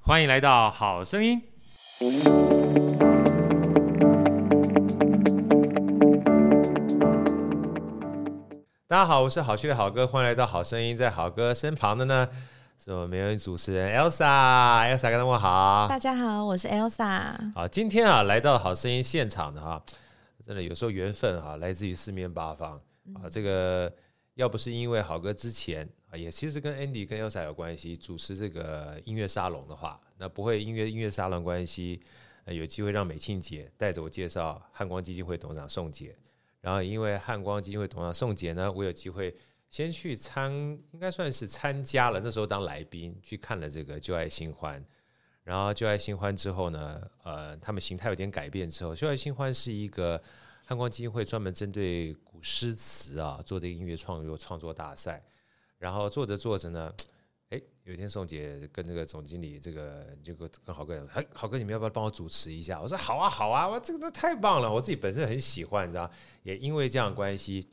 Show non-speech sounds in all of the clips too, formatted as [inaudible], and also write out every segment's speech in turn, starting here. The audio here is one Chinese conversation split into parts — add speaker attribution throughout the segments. Speaker 1: 欢迎来到《好声音》。大家好，我是好趣的好哥，欢迎来到《好声音》。在好哥身旁的呢，是我们美人主持人 Elsa。Elsa 跟他问好。
Speaker 2: 大家好，我
Speaker 1: [laughs]
Speaker 2: 是
Speaker 3: 嗯
Speaker 2: Elsa。
Speaker 1: 好，今天啊，来到《好声音》现场的哈，真的有时候缘分啊，来自于四面八方啊。这个要不是因为好哥之前啊，也其实跟 Andy 跟 Elsa 有关系，主持这个音乐沙龙的话，那不会因为音乐沙龙关系，呃有机会让美庆姐带着我介绍汉光基金会董事长宋姐，然后因为汉光基金会董事长宋姐呢，我有机会。先去参，应该算是参加了。那时候当来宾去看了这个《旧爱新欢》，然后旧爱新欢之后呢，呃，他们形态有点改变之后，旧爱新欢是一个汉光基金会专门针对古诗词啊做的音乐创作创作大赛。然后做着做着呢，哎，有一天宋姐跟这个总经理这个就跟跟豪哥讲，哎，豪哥你们要不要帮我主持一下？我说好啊好啊，我这个都太棒了，我自己本身很喜欢，你知道，也因为这样的关系。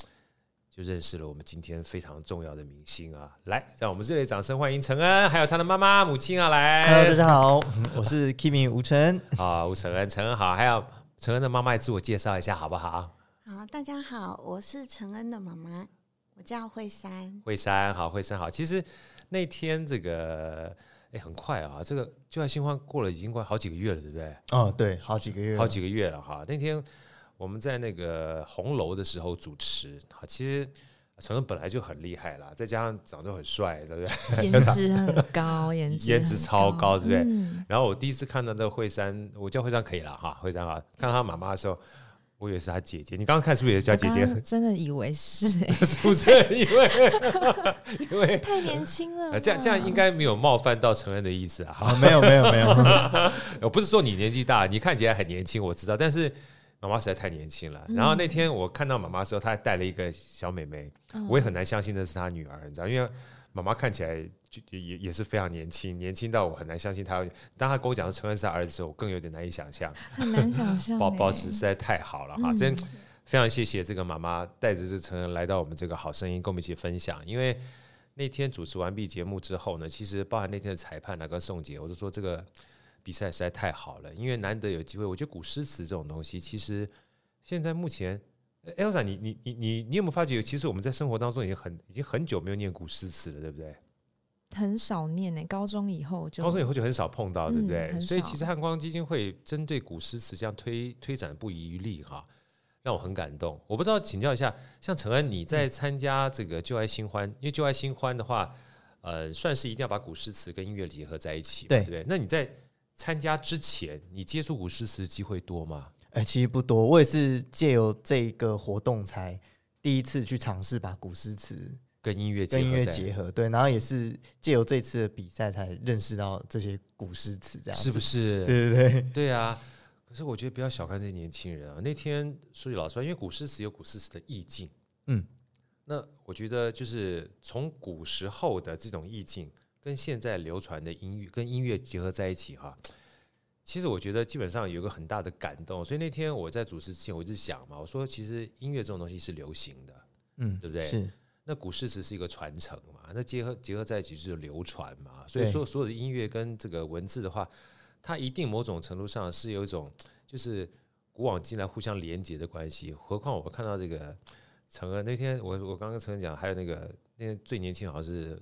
Speaker 1: 就认识了我们今天非常重要的明星啊！来，让我们热烈掌声欢迎陈恩，还有他的妈妈、母亲啊！来
Speaker 4: Hello，大家好， [laughs] 我是 Kimi 吴晨。
Speaker 1: [laughs] 啊，吴承恩，承恩好，还有承恩的妈妈也自我介绍一下好不好？
Speaker 2: 好，大家好，我是陈恩的妈妈，我叫慧珊。
Speaker 1: 惠山好，惠山好。其实那天这个，哎，很快啊，这个就在新欢过了已经快好几个月了，对不对？
Speaker 4: 哦，对，好几个
Speaker 2: 啊
Speaker 4: 月了，
Speaker 1: 好几个月了哈。那天我们在那个红楼的时候主持，好，其实承恩本来就很厉害啦，再加上长得很帅，对不 [laughs] 对？
Speaker 2: 颜值很
Speaker 1: [laughs]
Speaker 2: 高，颜值
Speaker 1: 颜值超高，对不对？
Speaker 2: 嗯，
Speaker 1: 然后我第一次看到那个惠山，我叫惠山可以了哈，惠山啊，看到她妈妈的时候，我以为是她姐姐。你刚刚看是不是也是她姐
Speaker 2: 我
Speaker 1: 姐
Speaker 2: 刚？刚真的以为是、
Speaker 1: [laughs]
Speaker 2: 哎
Speaker 1: 是不是？因为因为 [laughs]
Speaker 2: 太年轻了
Speaker 1: 呃，这样这样应该没有冒犯到承恩的意思啊。
Speaker 4: 啊，没有没有没有， [laughs]
Speaker 1: 我不是说你年纪大，你看起来很年轻，我知道，但是妈妈实在太年轻了。然后那天我看到妈妈的时候，她还带了一个小妹妹，我也很难相信那是她女儿，你知道，因为妈妈看起来就也也是非常年轻，年轻到我很难相信她。当她跟我讲说承恩是她儿子的时候，我更有点难以想象。
Speaker 2: 很难想
Speaker 1: [laughs]
Speaker 2: 象、欸
Speaker 1: 保
Speaker 2: 宝
Speaker 1: 保
Speaker 2: 宝
Speaker 1: 持实在太好了哈，真非常谢谢这个妈妈带着这成人来到我们这个好声音，跟我们一起分享。因为那天主持完毕节目之后呢，其实包含那天的裁判呢、跟宋姐，我都说这个比赛实在太好了，因为难得有机会。我觉得古诗词这种东西，其实现在目前。呃 Elsa，你你你你你有没有发觉，其实我们在生活当中已经很已经很久没有念古诗词了，对不对？
Speaker 2: 很少念呢、高中以后就
Speaker 1: 高中以后就很少碰到，对不
Speaker 2: 嗯
Speaker 1: 对？
Speaker 2: 很
Speaker 1: 所以
Speaker 2: 少
Speaker 1: 其实汉光基金会针对古诗词这样推推展不遗余力哈，让我很感动。我不知道请教一下，像陈恩你在参加这个旧爱新欢，因为旧爱新欢的话，呃，算是一定要把古诗词跟音乐结合在一起嘛，
Speaker 4: 对
Speaker 1: 对不对？那你在参加之前，你接触古诗词的机会多吗？
Speaker 4: 哎、其实不多，我也是借由这个活动才第一次去尝试把古诗词
Speaker 1: 跟音乐结
Speaker 4: 跟音
Speaker 1: 合
Speaker 4: 乐
Speaker 1: 在
Speaker 4: 结合，对，然后也是借由这次的比赛才认识到这些古诗词，这样
Speaker 1: 是不是？
Speaker 4: 是？对 [laughs] 对对，
Speaker 1: 对啊，可是我觉得不要小看这些年轻人啊。那天说句老实话，因为古诗词有古诗词的意境，
Speaker 4: 嗯，
Speaker 1: 那我觉得就是从古时候的这种意境跟现在流传的音乐跟音乐结合在一起哈。其实我觉得基本上有一个很大的感动，所以那天我在主持之前，我一直想嘛，我说其实音乐这种东西是流行的，
Speaker 4: 嗯，
Speaker 1: 对不对
Speaker 4: 是，
Speaker 1: 那古诗词是一个传承嘛，那结合结合在一起就是流传嘛，所以
Speaker 4: 对
Speaker 1: 说所有的音乐跟这个文字的话，它一定某种程度上是有一种就是古往今来互相连接的关系。何况我看到这个陈恩那天我，我刚跟陈恩讲，还有那个那天最年轻好像是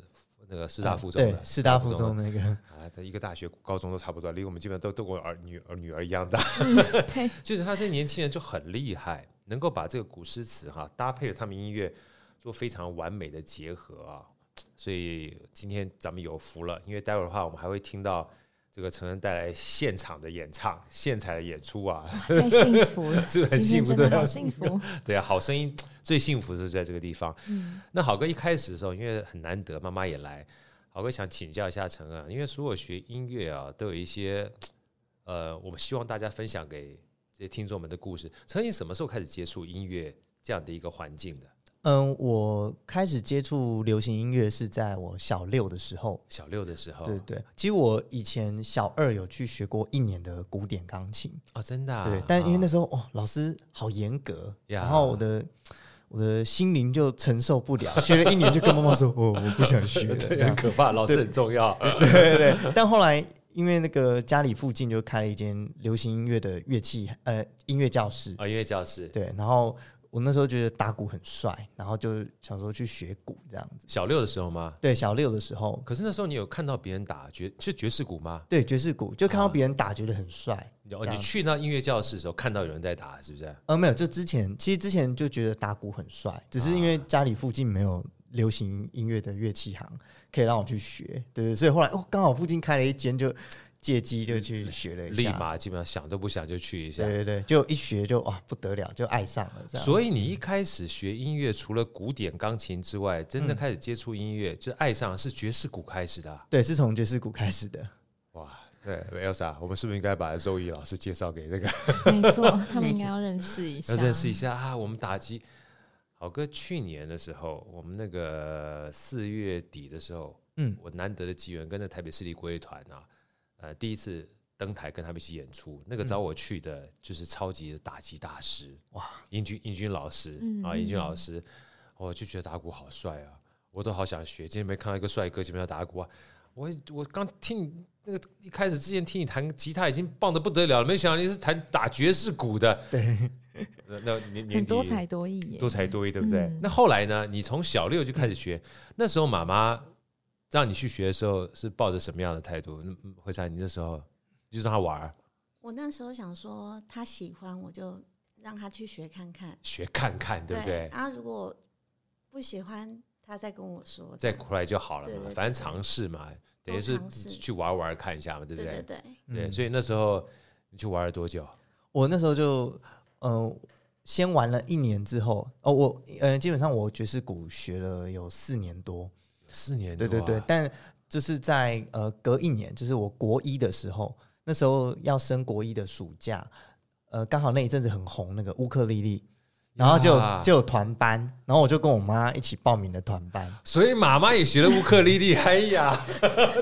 Speaker 1: 那个师大附中
Speaker 4: 啊嗯对
Speaker 1: 的，，
Speaker 4: 师大附中那个，
Speaker 1: 啊，他一个大学、高中都差不多，离我们基本上都都跟我儿女儿女儿一样大。
Speaker 2: 嗯 [laughs] 对，
Speaker 1: 就是他这些年轻人就很厉害，能够把这个古诗词哈搭配着他们音乐做非常完美的结合啊。所以今天咱们有福了，因为待会儿的话我们还会听到这个成人带来现场的演唱、现场的演出
Speaker 2: [laughs]
Speaker 1: 啊，
Speaker 2: 太幸福
Speaker 1: [laughs]
Speaker 2: 了，
Speaker 1: 是不是很
Speaker 2: 今
Speaker 1: 幸
Speaker 2: 天
Speaker 1: 福
Speaker 2: 真
Speaker 1: 对
Speaker 2: 的
Speaker 1: 吧
Speaker 2: 好幸福。
Speaker 1: [laughs] 对啊，好声音最幸福是在这个地方。
Speaker 2: 嗯
Speaker 1: 那好哥一开始的时候，因为很难得妈妈也来，好哥想请教一下陈恩，因为所有学音乐啊，都有一些呃，我们希望大家分享给这些听众们的故事。陈恩，你什么时候开始接触音乐这样的一个环境的？
Speaker 4: 嗯，我开始接触流行音乐是在我小六的时候，
Speaker 1: 小六的时候，
Speaker 4: 对对，其实我以前小二有去学过一年的古典钢琴，
Speaker 1: 啊，真的啊、
Speaker 4: 对，但因为那
Speaker 1: 啊
Speaker 4: 时候哦，老师好严格，
Speaker 1: 呀
Speaker 4: 然后我的我的心灵就承受不了，学了哦
Speaker 1: 啊
Speaker 4: 一年就跟妈妈说，我我不想学了，这
Speaker 1: 很
Speaker 4: 样
Speaker 1: 可怕，老师很重要，
Speaker 4: 对对对。但后来因为那个家里附近就开了一间流行音乐的乐器呃音乐教室，
Speaker 1: 啊，音乐教室，
Speaker 4: 对，然后我那时候觉得打鼓很帅，然后就想说去学鼓这样子。
Speaker 1: 小六的时候吗？
Speaker 4: 对，小六的时候，
Speaker 1: 可是那时候你有看到别人打爵是爵士鼓吗？
Speaker 4: 对爵士鼓就
Speaker 1: 啊
Speaker 4: 看到别人打觉得很帅，
Speaker 1: 哦，
Speaker 4: 这
Speaker 1: 你
Speaker 4: 样
Speaker 1: 去那音乐教室的时候看到有人在打，是不是？
Speaker 4: 呃，没有，就之前其实之前就觉得打鼓很帅，只是因
Speaker 1: 啊
Speaker 4: 为家里附近没有流行音乐的乐器行可以让我去学，对对，所以后来哦，刚好附近开了一间，就借机就去学了一
Speaker 1: 嗯立
Speaker 4: 下，
Speaker 1: 马基本上想都不想就去一下
Speaker 4: 对。对对，就一学就哇不得了，就爱上了这样。
Speaker 1: 所以你一开始学音乐，除了古典钢琴之外，真的开始接触音乐，就爱上是爵士鼓开始的啊、
Speaker 4: 对，是从爵士鼓开始的。
Speaker 1: 哇！对，Elsa，我们是不是应该把周易老师介绍给那个
Speaker 3: 没
Speaker 1: [laughs]
Speaker 3: 错，他们应该要认识一下，
Speaker 1: 要认识一下啊？我们打击好哥去年的时候，我们那个四月底的时候，
Speaker 4: 嗯，
Speaker 1: 我难得的机缘跟着台北市立国乐团啊，呃，第一次登台跟他们一起演出。那
Speaker 4: 嗯
Speaker 1: 个找我去的就是超级的打击大师哇
Speaker 4: 哇，
Speaker 1: 英军英军老师
Speaker 3: 嗯
Speaker 1: 啊，英军老师，我就觉得打鼓好帅啊，我都好想学。今天没看到一个帅哥前面要打鼓啊，我我刚听你那个一开始之前听你弹吉他已经棒的不得了了，没想到你是弹打爵士鼓的，
Speaker 4: 对，
Speaker 1: 那那年年底
Speaker 3: 很多才多艺耶
Speaker 1: 多。才多艺，对不对？
Speaker 3: 嗯
Speaker 1: 那后来呢？你从小六就开始学，那时候妈妈让你去学的时候是抱着什么样的态度？嗯嗯慧珊，你那时候就让他玩儿
Speaker 2: 我那时候想说，他喜欢我就让他去学看看，
Speaker 1: 学看看，对不对？
Speaker 2: 然后如果不喜欢，他再跟我说。
Speaker 1: 再回来就好了
Speaker 2: 对对
Speaker 1: 嘛，
Speaker 2: 对
Speaker 1: 反正尝试嘛，等于
Speaker 2: 多
Speaker 1: 是
Speaker 2: 尝试
Speaker 1: 去玩玩看一下嘛，对不
Speaker 2: 对
Speaker 1: 对？
Speaker 2: 对对，
Speaker 1: [laughs] 对，
Speaker 4: 嗯
Speaker 1: 所以那时候你去玩了多久？
Speaker 4: 我那时候就呃，先玩了一年之后，哦，我呃，基本上我爵士鼓学了有四年多，
Speaker 1: 四年多
Speaker 4: 对
Speaker 1: 啊，
Speaker 4: 对对，但就是在呃隔一年，就是我国一的时候，那时候要升国一的暑假，呃，刚好那一阵子很红那个乌克丽丽，然后就
Speaker 1: 呀
Speaker 4: 就有团班，然后我就跟我妈一起报名了团班，
Speaker 1: 所以妈妈也学了乌克丽丽，哎
Speaker 4: [laughs]
Speaker 1: 呀，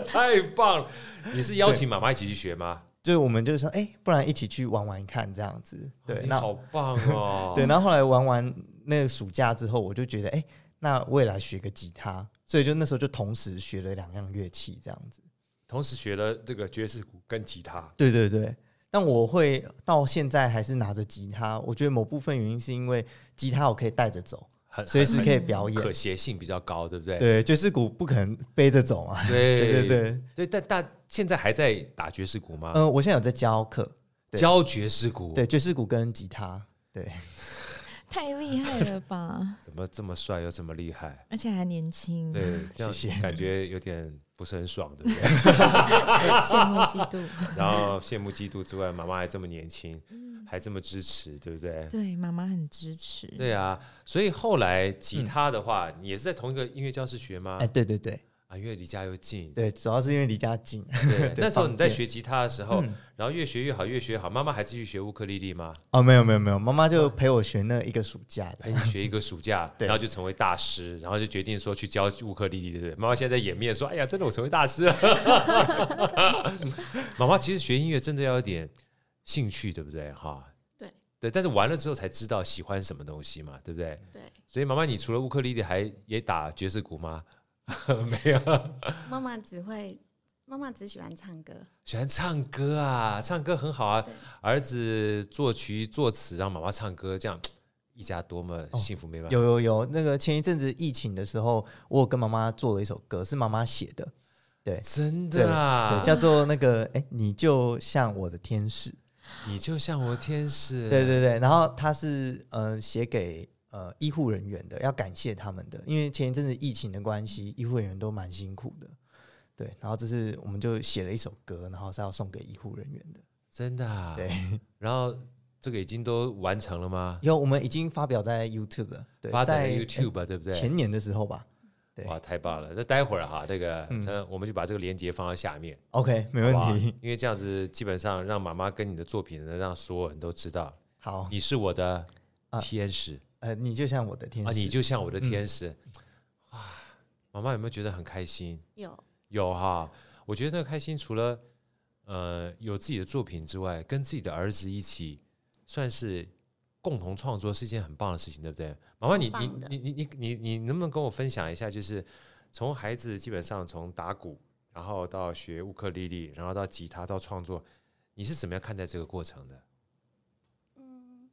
Speaker 1: 太棒了！你是邀请妈妈一起去学吗？
Speaker 4: 就是我们就说，哎、不然一起去玩玩看这样子，对，
Speaker 1: 你
Speaker 4: 那！
Speaker 1: 好棒哦
Speaker 4: [laughs] 对，然后后来玩完那个暑假之后，我就觉得，哎、那我也来学个吉他，所以就那时候就同时学了两样乐器，这样子。
Speaker 1: 同时学了这个爵士鼓跟吉他，
Speaker 4: 对对对，但我会到现在还是拿着吉他，我觉得某部分原因是因为吉他我可以带着走，
Speaker 1: 很
Speaker 4: 随时可以
Speaker 3: 很
Speaker 4: 表
Speaker 1: 很
Speaker 4: 演。
Speaker 1: 可携性比较高，对不对？
Speaker 4: 对，爵士鼓不可能背着走啊嘛。对
Speaker 1: 对
Speaker 4: 对对，
Speaker 1: 对但大现在还在打爵士鼓吗？
Speaker 4: 嗯、我现在有在教课，对
Speaker 1: 教爵士鼓，
Speaker 4: 对爵士鼓跟吉他，对
Speaker 3: 太厉害了
Speaker 1: [laughs]
Speaker 3: 吧！
Speaker 1: 怎么这么帅又这么厉害？
Speaker 3: 而且还年轻，
Speaker 1: 对，这样
Speaker 4: 嗯 [laughs] 谢谢
Speaker 1: 感觉有点不是很爽，对不对？
Speaker 3: 羡慕嫉妒。
Speaker 1: 然后羡慕嫉妒之外，妈妈还这么年轻，还这么支持，对不对？
Speaker 3: 对，妈妈很支持。
Speaker 4: 嗯
Speaker 1: 对啊，所以后来吉他的话，你也是在同一个音乐教室学吗
Speaker 4: 哎、？对对对
Speaker 1: 啊，因为离家又近。
Speaker 4: 对，主要是因为离家近。
Speaker 1: 对，那时候你在
Speaker 4: 方便
Speaker 1: 学吉他的时
Speaker 4: 嗯
Speaker 1: 候，然后越学越好，越学越好。妈妈还继续学乌克丽丽
Speaker 4: [laughs]
Speaker 1: 吗？
Speaker 4: 哦，没有没有没有，妈妈就陪我学那一个暑假的。
Speaker 1: 啊哎陪你学一个暑假，
Speaker 4: [laughs] 对
Speaker 1: 然后就成为大师，然后就决定说去教乌克丽丽，对不对？妈妈现在在掩面说：“哎呀，真的我成为大
Speaker 4: [laughs]
Speaker 1: 师了。”妈妈其实学音乐真的要有点兴趣，对不对？哈，
Speaker 2: 对
Speaker 1: 对，但是完了之后才知道喜欢什么东西嘛，对不对？
Speaker 2: 对，
Speaker 1: 所以妈妈，你除了乌克丽丽，还也打爵士鼓吗？ [laughs] 没有，
Speaker 2: 妈妈只会，妈妈只喜欢唱歌。
Speaker 1: 喜欢唱歌啊，唱歌很好啊
Speaker 2: 对。
Speaker 1: 儿子作曲作词，让妈妈唱歌，这样一家多么幸福美满。
Speaker 4: 哦有有有，那个前一阵子疫情的时候，我有跟妈妈做了一首歌，是妈妈写的，
Speaker 1: 真
Speaker 4: 对
Speaker 1: 的啊
Speaker 4: 对，，叫做那个哎、你就像我的天使，
Speaker 1: 你就像我天使。
Speaker 4: 对对对，然后它是呃写给呃医护人员的，要感谢他们的，因为前一阵子疫情的关系，医护人员都蛮辛苦的，对，然后这是我们就写了一首歌，然后是要送给医护人员的，
Speaker 1: 真的、啊。
Speaker 4: 对，
Speaker 1: 然后这个已经都完成了吗？
Speaker 4: 有我们已经发表在 YouTube 了，对，
Speaker 1: 发展
Speaker 4: 在
Speaker 1: 了
Speaker 4: 哎
Speaker 1: YouTube 啊吧，对不对？
Speaker 4: 前年的时候吧对
Speaker 1: 哇，太棒了！那待会儿哈，这个
Speaker 4: 嗯
Speaker 1: 陈，我们就把这个链接放到下面，
Speaker 4: ，OK，没
Speaker 1: 好不好
Speaker 4: 问题，
Speaker 1: 因为这样子基本上让妈妈跟你的作品能让所有人都知道，
Speaker 4: 好，
Speaker 1: 你是我的
Speaker 4: 啊
Speaker 1: 天使
Speaker 4: 呃，你就像我的天
Speaker 1: 啊
Speaker 4: 使，嗯
Speaker 1: 你就像我的天使。啊哇，妈妈有没有觉得很开心？
Speaker 2: 有
Speaker 1: 有哈，我觉得那个开心除了呃有自己的作品之外，跟自己的儿子一起算是共同创作是一件很棒的事情，对不对？麻烦你
Speaker 2: 超棒的
Speaker 1: 你你你你你你能不能跟我分享一下，就是从孩子基本上从打鼓然后到学乌克丽丽，然后到吉他，到创作，你是怎么样看待这个过程的？
Speaker 2: 嗯，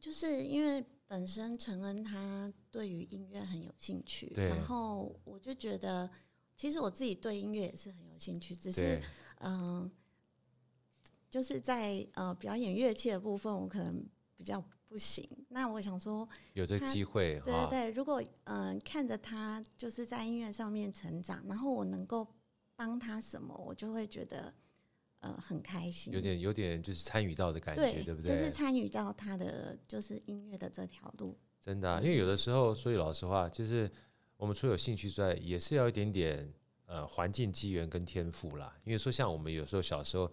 Speaker 2: 就是因为本身陈恩他对于音乐很有兴趣，
Speaker 1: 对
Speaker 2: 然后我就觉得，其实我自己对音乐也是很有兴趣，只是
Speaker 1: 对，
Speaker 2: 嗯、就是在呃表演乐器的部分，我可能比较不行。那我想说，
Speaker 1: 有这
Speaker 2: 他
Speaker 1: 机会
Speaker 2: 对对
Speaker 1: 哈，
Speaker 2: 对，如果嗯、呃看着他就是在音乐上面成长，然后我能够帮他什么，我就会觉得呃很开心，
Speaker 1: 有点有点就是参与到的感觉，对不
Speaker 2: 就是
Speaker 1: 对？
Speaker 2: 参与到他的就是音乐的这条路。
Speaker 1: 真的啊、因为有的时候说句老实话，就是我们除了有兴趣之外，也是要一点点呃环境机缘跟天赋啦。因为说像我们有时候小时候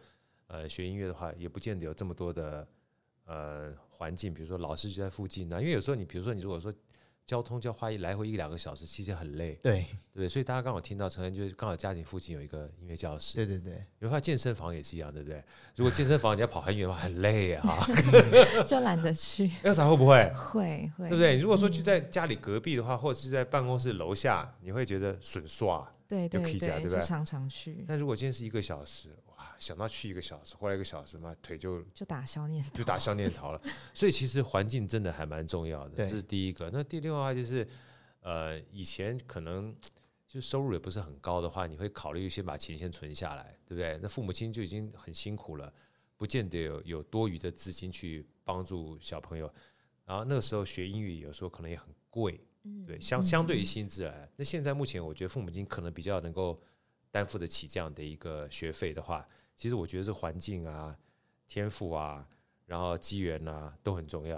Speaker 1: 呃学音乐的话，也不见得有这么多的呃环境，比如说老师就在附近呐、啊因为有时候你比如说你如果说交通就要花一来回一两个小时，其实很累，
Speaker 4: 对
Speaker 1: 对不对？所以大家刚好听到陈恩就是刚好家庭附近有一个音乐教室，
Speaker 4: 对对对，
Speaker 1: 你会发现健身房也是一样，对不对？如果健身房你要跑很远的话，很累啊。 [laughs]
Speaker 3: 就懒得去，
Speaker 1: 要啥会不会？
Speaker 3: 会会，
Speaker 1: 对不对？如果说就
Speaker 3: 嗯
Speaker 1: 在家里隔壁的话，或者是在办公室楼下，你会觉得损刷。
Speaker 3: 对
Speaker 1: 就可
Speaker 3: 对
Speaker 1: 以讲对
Speaker 3: 对，
Speaker 1: 不对
Speaker 3: 就常常去，
Speaker 1: 但如果今天是一个小时，哇，想到去一个小时，回来一个小时，妈腿就 [laughs]
Speaker 3: 就打消念头
Speaker 1: 就打消念头了。所以其实环境真的还蛮重要的，
Speaker 4: 对
Speaker 1: 这是第一个。那第六个的话就是，呃，以前可能就收入也不是很高的话，你会考虑先把钱先存下来，对不对？那父母亲就已经很辛苦了，不见得有有多余的资金去帮助小朋友。然后那个时候学英语，有时候可能也很贵，
Speaker 3: 嗯
Speaker 1: 对，相相对于薪资来，那现在目前我觉得父母亲可能比较能够担负得起这样的一个学费的话，其实我觉得是环境啊、天赋啊，然后机缘啊都很重要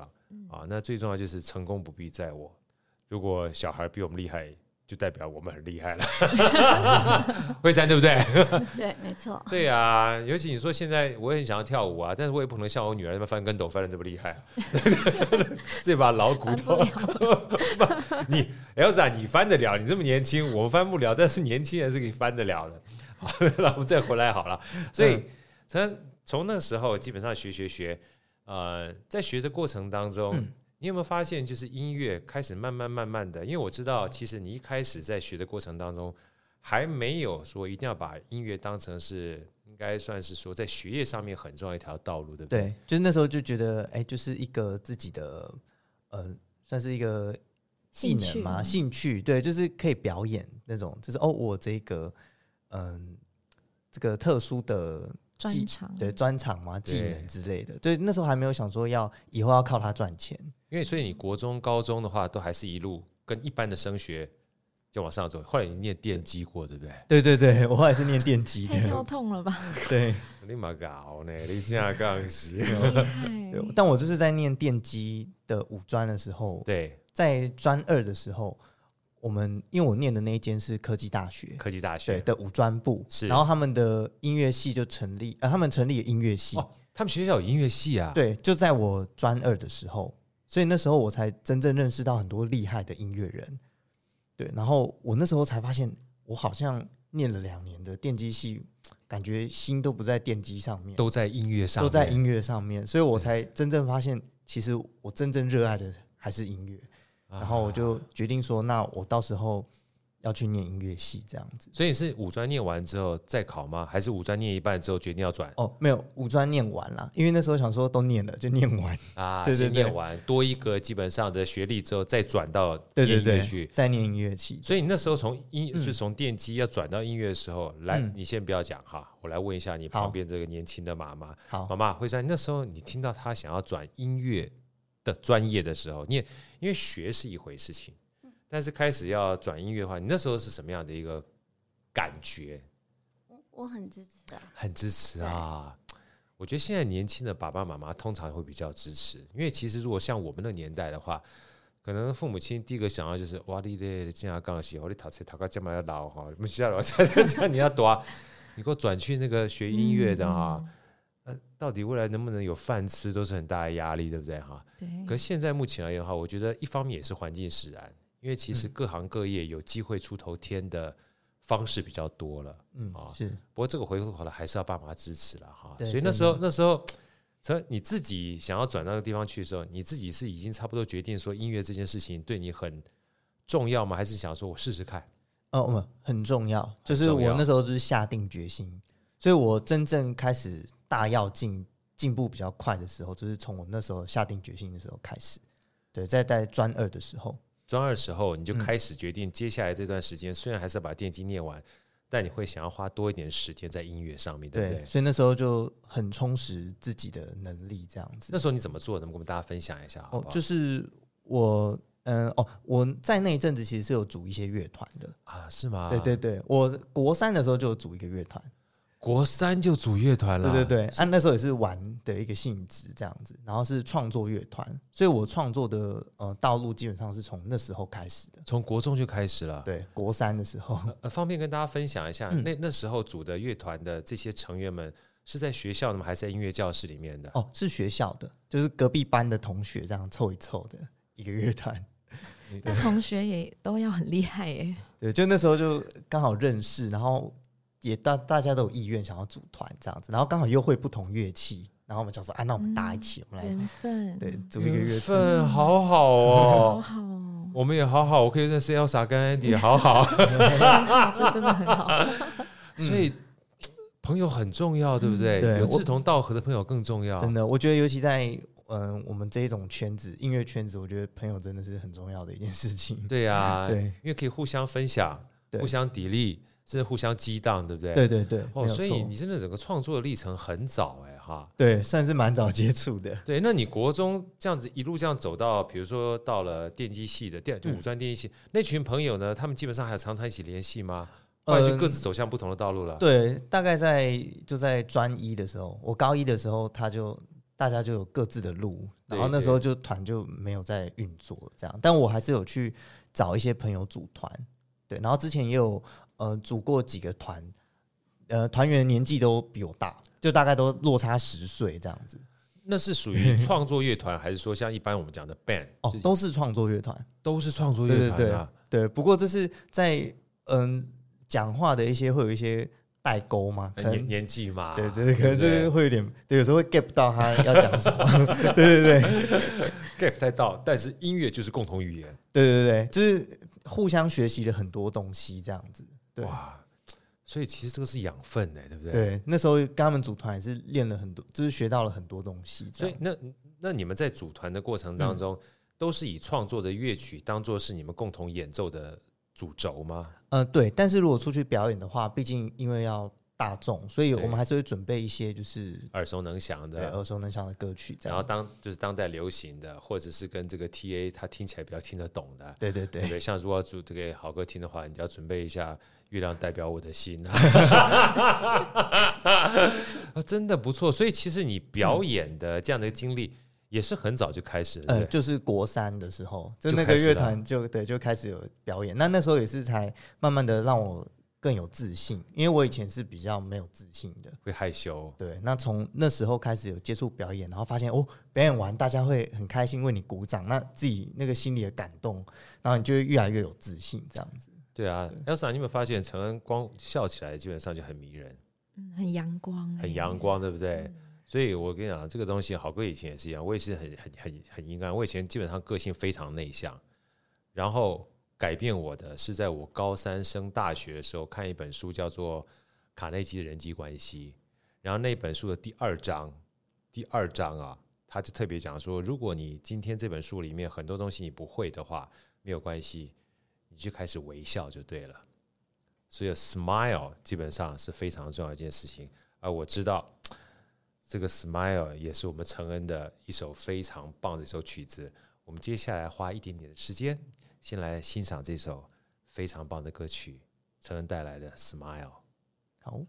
Speaker 1: 啊。那最重要就是成功不必在我，如果小孩比我们厉害，就代表我们很厉害了。 [laughs] 慧珊对不对？
Speaker 2: 对，没错，
Speaker 1: 对啊，尤其你说现在我也很想要跳舞啊，但是我也不能像我女儿那么翻跟斗翻的这么厉害、啊， [laughs] 这把老骨头，
Speaker 3: 啊
Speaker 1: [laughs] 不你哎 Elsa 你翻得了，你这么年轻，我们翻不了，但是年轻人是可以翻得了的。 [laughs] 好，那我们再回来好了。所以
Speaker 4: 嗯
Speaker 1: 从从那时候基本上学学学，呃，在学的过程当中。你有没有发现，就是音乐开始慢慢慢慢的？因为我知道，其实你一开始在学的过程当中，还没有说一定要把音乐当成是应该算是说在学业上面很重要一条道路，对不对？
Speaker 4: 对，就是那时候就觉得，哎、就是一个自己的，呃，算是一个技
Speaker 3: 兴趣
Speaker 4: 能嘛，
Speaker 3: 吗
Speaker 4: 兴趣，对，就是可以表演那种，就是哦，我这个，嗯、这个特殊的技
Speaker 3: 专长，
Speaker 4: 对专长嘛，技
Speaker 1: 对
Speaker 4: 能之类的，对，那时候还没有想说要以后要靠它赚钱，
Speaker 1: 因为所以你国中、高中的话，都还是一路跟一般的升学就往上走。后来你念电机过，对不对？
Speaker 4: 对对对，我后来是念电机
Speaker 3: 太跳
Speaker 4: 的，
Speaker 3: 痛了吧？
Speaker 4: 对
Speaker 1: [laughs] 你妈搞呢，你这样杠是？
Speaker 3: 厉害，
Speaker 4: 对，但我就是在念电机的五专的时
Speaker 1: [laughs]
Speaker 4: 候，
Speaker 1: 对，
Speaker 4: 在专二的时候，我们因为我念的那一间是科技大学，
Speaker 1: 科技大
Speaker 4: 对
Speaker 1: 学
Speaker 4: 的五专部，
Speaker 1: 是
Speaker 4: 然后他们的音乐系就成立，呃，他们成立了音乐系，
Speaker 1: 哦，他们学校有音乐系啊。，
Speaker 4: 对，就在我专二的时候，所以那时候我才真正认识到很多厉害的音乐人，对，然后我那时候才发现，我好像念了两年的电机系，感觉心都不在电机上面，
Speaker 1: 都在音乐上面，
Speaker 4: 都在音乐上面，所以我才真正发现，其实我真正热爱的还是音乐，
Speaker 1: 啊。
Speaker 4: 然后我就决定说，那我到时候要去念音乐系这样子。
Speaker 1: 所以你是五专念完之后再考吗？还是五专念一半之后决定要转
Speaker 4: 哦，没有，五专念完了，因为那时候想说都念了就念
Speaker 1: [laughs]
Speaker 4: 完，
Speaker 1: 啊？
Speaker 4: 对对
Speaker 1: 先
Speaker 4: 对
Speaker 1: 念完多一个基本上的学历之后，再转到
Speaker 4: 对
Speaker 1: 音
Speaker 4: 对
Speaker 1: 乐
Speaker 4: 对
Speaker 1: 去。，
Speaker 4: 再念音乐系。
Speaker 1: 所以你那时候从音，
Speaker 4: 嗯
Speaker 1: 就是从电机要转到音乐的时候，来，
Speaker 4: 嗯
Speaker 1: 你先不要讲哈，我来问一下你
Speaker 4: 好
Speaker 1: 旁边这个年轻的妈妈，妈
Speaker 4: 好，
Speaker 1: 妈慧珊，那时候你听到她想要转音乐的专业的时候，你也因为学是一回事情，但是开始要转音乐的话，你那时候是什么样的一个感觉？
Speaker 2: 我我很支持的。
Speaker 1: 很支持啊！我觉得现在年轻的爸爸妈妈通常会比较支持，因为其实如果像我们那个年代的话，可能父母亲第一个想到就是哇，你嘞，这样刚喜欢你读册读到这么老哈，我们其他老在这你要多啊，你给我转去那个学音乐
Speaker 3: 嗯
Speaker 1: 的哈，那到底未来能不能有饭吃，都是很大的压力，对不对哈？
Speaker 3: 对，
Speaker 1: 可现在目前而言的话，我觉得一方面也是环境使然，因为其实各行各业有机会出头天的方式比较多了。
Speaker 4: 嗯
Speaker 1: 啊，
Speaker 4: 是
Speaker 1: 不过这个回头过来还是要爸妈支持了哈。
Speaker 4: 对
Speaker 1: 所以那时候
Speaker 4: 真
Speaker 1: 那时候，从你自己想要转到那个地方去的时候，你自己是已经差不多决定说音乐这件事情对你很重要吗？还是想说我试试看？
Speaker 4: 哦，嗯，很重要，就是
Speaker 1: 重要
Speaker 4: 我那时候就是下定决心，所以我真正开始大要进进步比较快的时候，就是从我那时候下定决心的时候开始。对，在在专二的时候，
Speaker 1: 专二时候
Speaker 4: 嗯
Speaker 1: 你就开始决定，接下来这段时间虽然还是要把电机念完，但你会想要花多一点时间在音乐上面，对
Speaker 4: 对，
Speaker 1: 不对？
Speaker 4: 所以那时候就很充实自己的能力，这样子
Speaker 1: 那。时候你怎么做？能不能跟我们大家分享一下好
Speaker 4: 哦
Speaker 1: 不，好？
Speaker 4: 就是我，嗯、哦，我在那一阵子其实是有组一些乐团的，
Speaker 1: 啊，是吗？
Speaker 4: 对对，对，我国三的时候就有组一个乐团，
Speaker 1: 国三就组乐团了，
Speaker 4: 对对对，啊，那时候也是玩的一个性质这样子，然后是创作乐团，所以我创作的呃道路基本上是从那时候开始的，
Speaker 1: 从国中就开始了。
Speaker 4: 对，国三的时候，
Speaker 1: 呃，呃，方便跟大家分享一下，
Speaker 4: 嗯
Speaker 1: 那那时候组的乐团的这些成员们是在学校的吗？还是在音乐教室里面的？
Speaker 4: 哦，是学校的，就是隔壁班的同学这样凑一凑的一个乐团，
Speaker 3: 那同学也都要很厉
Speaker 1: [laughs]
Speaker 3: 害耶，
Speaker 4: 对，就那时候就刚好认识，然后也大大家都有意愿想要组团这样子，然后刚好又会不同乐器，然后我们想说，啊，那我们搭一起，我们来、
Speaker 3: 缘分，
Speaker 4: 对组一个乐
Speaker 1: 缘
Speaker 4: 团，嗯
Speaker 1: 分好好
Speaker 3: 好
Speaker 1: 哦，
Speaker 3: 好
Speaker 1: [laughs]
Speaker 3: 哦，[laughs]
Speaker 1: 我们也好好，我可以认识 Elsa 跟
Speaker 4: [laughs]
Speaker 1: Andy，好好，
Speaker 3: 很好，这真的
Speaker 1: [laughs]
Speaker 3: 很好，
Speaker 1: 所以。朋友很重要，对不对？
Speaker 4: 嗯对
Speaker 1: 有
Speaker 4: 我
Speaker 1: 志同道合的朋友更重要。
Speaker 4: 真的，我觉得尤其在嗯、我们这一种圈子，音乐圈子，我觉得朋友真的是很重要的一件事情。
Speaker 1: [laughs] 对啊呀、
Speaker 4: [laughs] 对
Speaker 1: 因为可以互相分享、
Speaker 4: 对
Speaker 1: 互相砥砺，甚至互相激荡，对不对？
Speaker 4: 对对对，
Speaker 1: 哦，
Speaker 4: 没有
Speaker 1: 所以
Speaker 4: 错
Speaker 1: 你真的整个创作的历程很早哎、哈。
Speaker 4: 对算是蛮早接触的。
Speaker 1: 对，那你国中这样子一路这样走到，比如说到了电机系的电就
Speaker 4: 嗯
Speaker 1: 五专电机系、那群朋友呢，他们基本上还常常一起联系吗？后来就各自走向不同的道路了。
Speaker 4: 嗯 [laughs] 对，大概在就在专一的时候，我高一的时候，他就大家就有各自的路，然后
Speaker 1: 对
Speaker 4: 那
Speaker 1: 对
Speaker 4: 时候就团就没有在运作这样，但我还是有去找一些朋友组团，对，然后之前也有呃组过几个团，呃团员年纪都比我大，就大概都落差十岁这样子，
Speaker 1: 那是属
Speaker 4: [laughs]
Speaker 1: 于创作乐团，还是说像一般我们讲的 band？
Speaker 4: 哦
Speaker 1: 就，是
Speaker 4: 都是创作乐团。
Speaker 1: 都是创作乐团啊。
Speaker 4: 对，不过这是在嗯讲话的一些会有一些代沟嘛，可
Speaker 1: 呃
Speaker 4: 能
Speaker 1: 年年纪嘛，
Speaker 4: 对对，对可能
Speaker 1: 不
Speaker 4: 就是会有点，对，有时候会 get 不到他要讲
Speaker 1: [laughs]
Speaker 4: 什么，对对对对
Speaker 1: get 不太到，但是音乐就是共同语言。
Speaker 4: 对对，就是互相学习了很多东西这样子。对
Speaker 1: 哇，所以其实这个是养分哎、对不对？。
Speaker 4: 对，那时候跟他们组团也是练了很多，就是学到了很多东西
Speaker 1: 所
Speaker 4: 这样。嗯
Speaker 1: 以那那你们在组团的过程当中，都是以创作的乐曲当做是你们共同演奏的主轴吗？
Speaker 4: 呃，对，但是如果出去表演的话，毕竟因为要大众，所以
Speaker 1: 对
Speaker 4: 我们还是会准备一些就是
Speaker 1: 耳熟能详
Speaker 4: 对
Speaker 1: 的，
Speaker 4: 耳熟能详的歌曲这
Speaker 1: 然后
Speaker 4: 样。
Speaker 1: 当就是当代流行的，或者是跟这个 TA 他听起来比较听得懂的。
Speaker 4: 对对
Speaker 1: 对
Speaker 4: 对
Speaker 1: 不，对，像如果要组这个好歌听的话，你就要准备一下《月亮代表我的心》 [laughs] 啊，真的不错。所以其实你
Speaker 4: 嗯
Speaker 1: 表演的这样的经历也是很早就开始了，对
Speaker 4: 呃，
Speaker 1: 不对
Speaker 4: 就是国三的时候，就
Speaker 1: 就
Speaker 4: 那
Speaker 1: 开
Speaker 4: 个
Speaker 1: 始
Speaker 4: 乐
Speaker 1: 了
Speaker 4: 团就对就开始有表演。那那时候也是才慢慢的让我更有自信，因为我以前是比较没有自信的。
Speaker 1: 会害羞。
Speaker 4: 对，那从那时候开始有接触表演，然后发现哦，表演完大家会很开心为你鼓掌，那自己那个心里的感动，然后你就会越来越有自信，这样子。
Speaker 1: 对啊，Elsa，你有没有发现陈恩光笑起来基本上就很迷人，
Speaker 3: 嗯很阳光，
Speaker 1: 很阳，光，对不对？所以我跟你讲，这个东西好哥以前也是一样，我也是很很很很阴暗，我以前基本上个性非常内向，然后改变我的是在我高三升大学的时候看一本书叫做《卡内基的人际关系》，然后那本书的第二章，第二章啊，他就特别讲说，如果你今天这本书里面很多东西你不会的话，没有关系，你就开始微笑就对了。所以 smile 基本上是非常重要的一件事情，而啊我知道这个 Smile 啊也是我们承恩的一首非常棒的一首曲子。我们接下来花一点点的时间，先来欣赏这首非常棒的歌曲，承恩带来的 Smile。
Speaker 4: 好，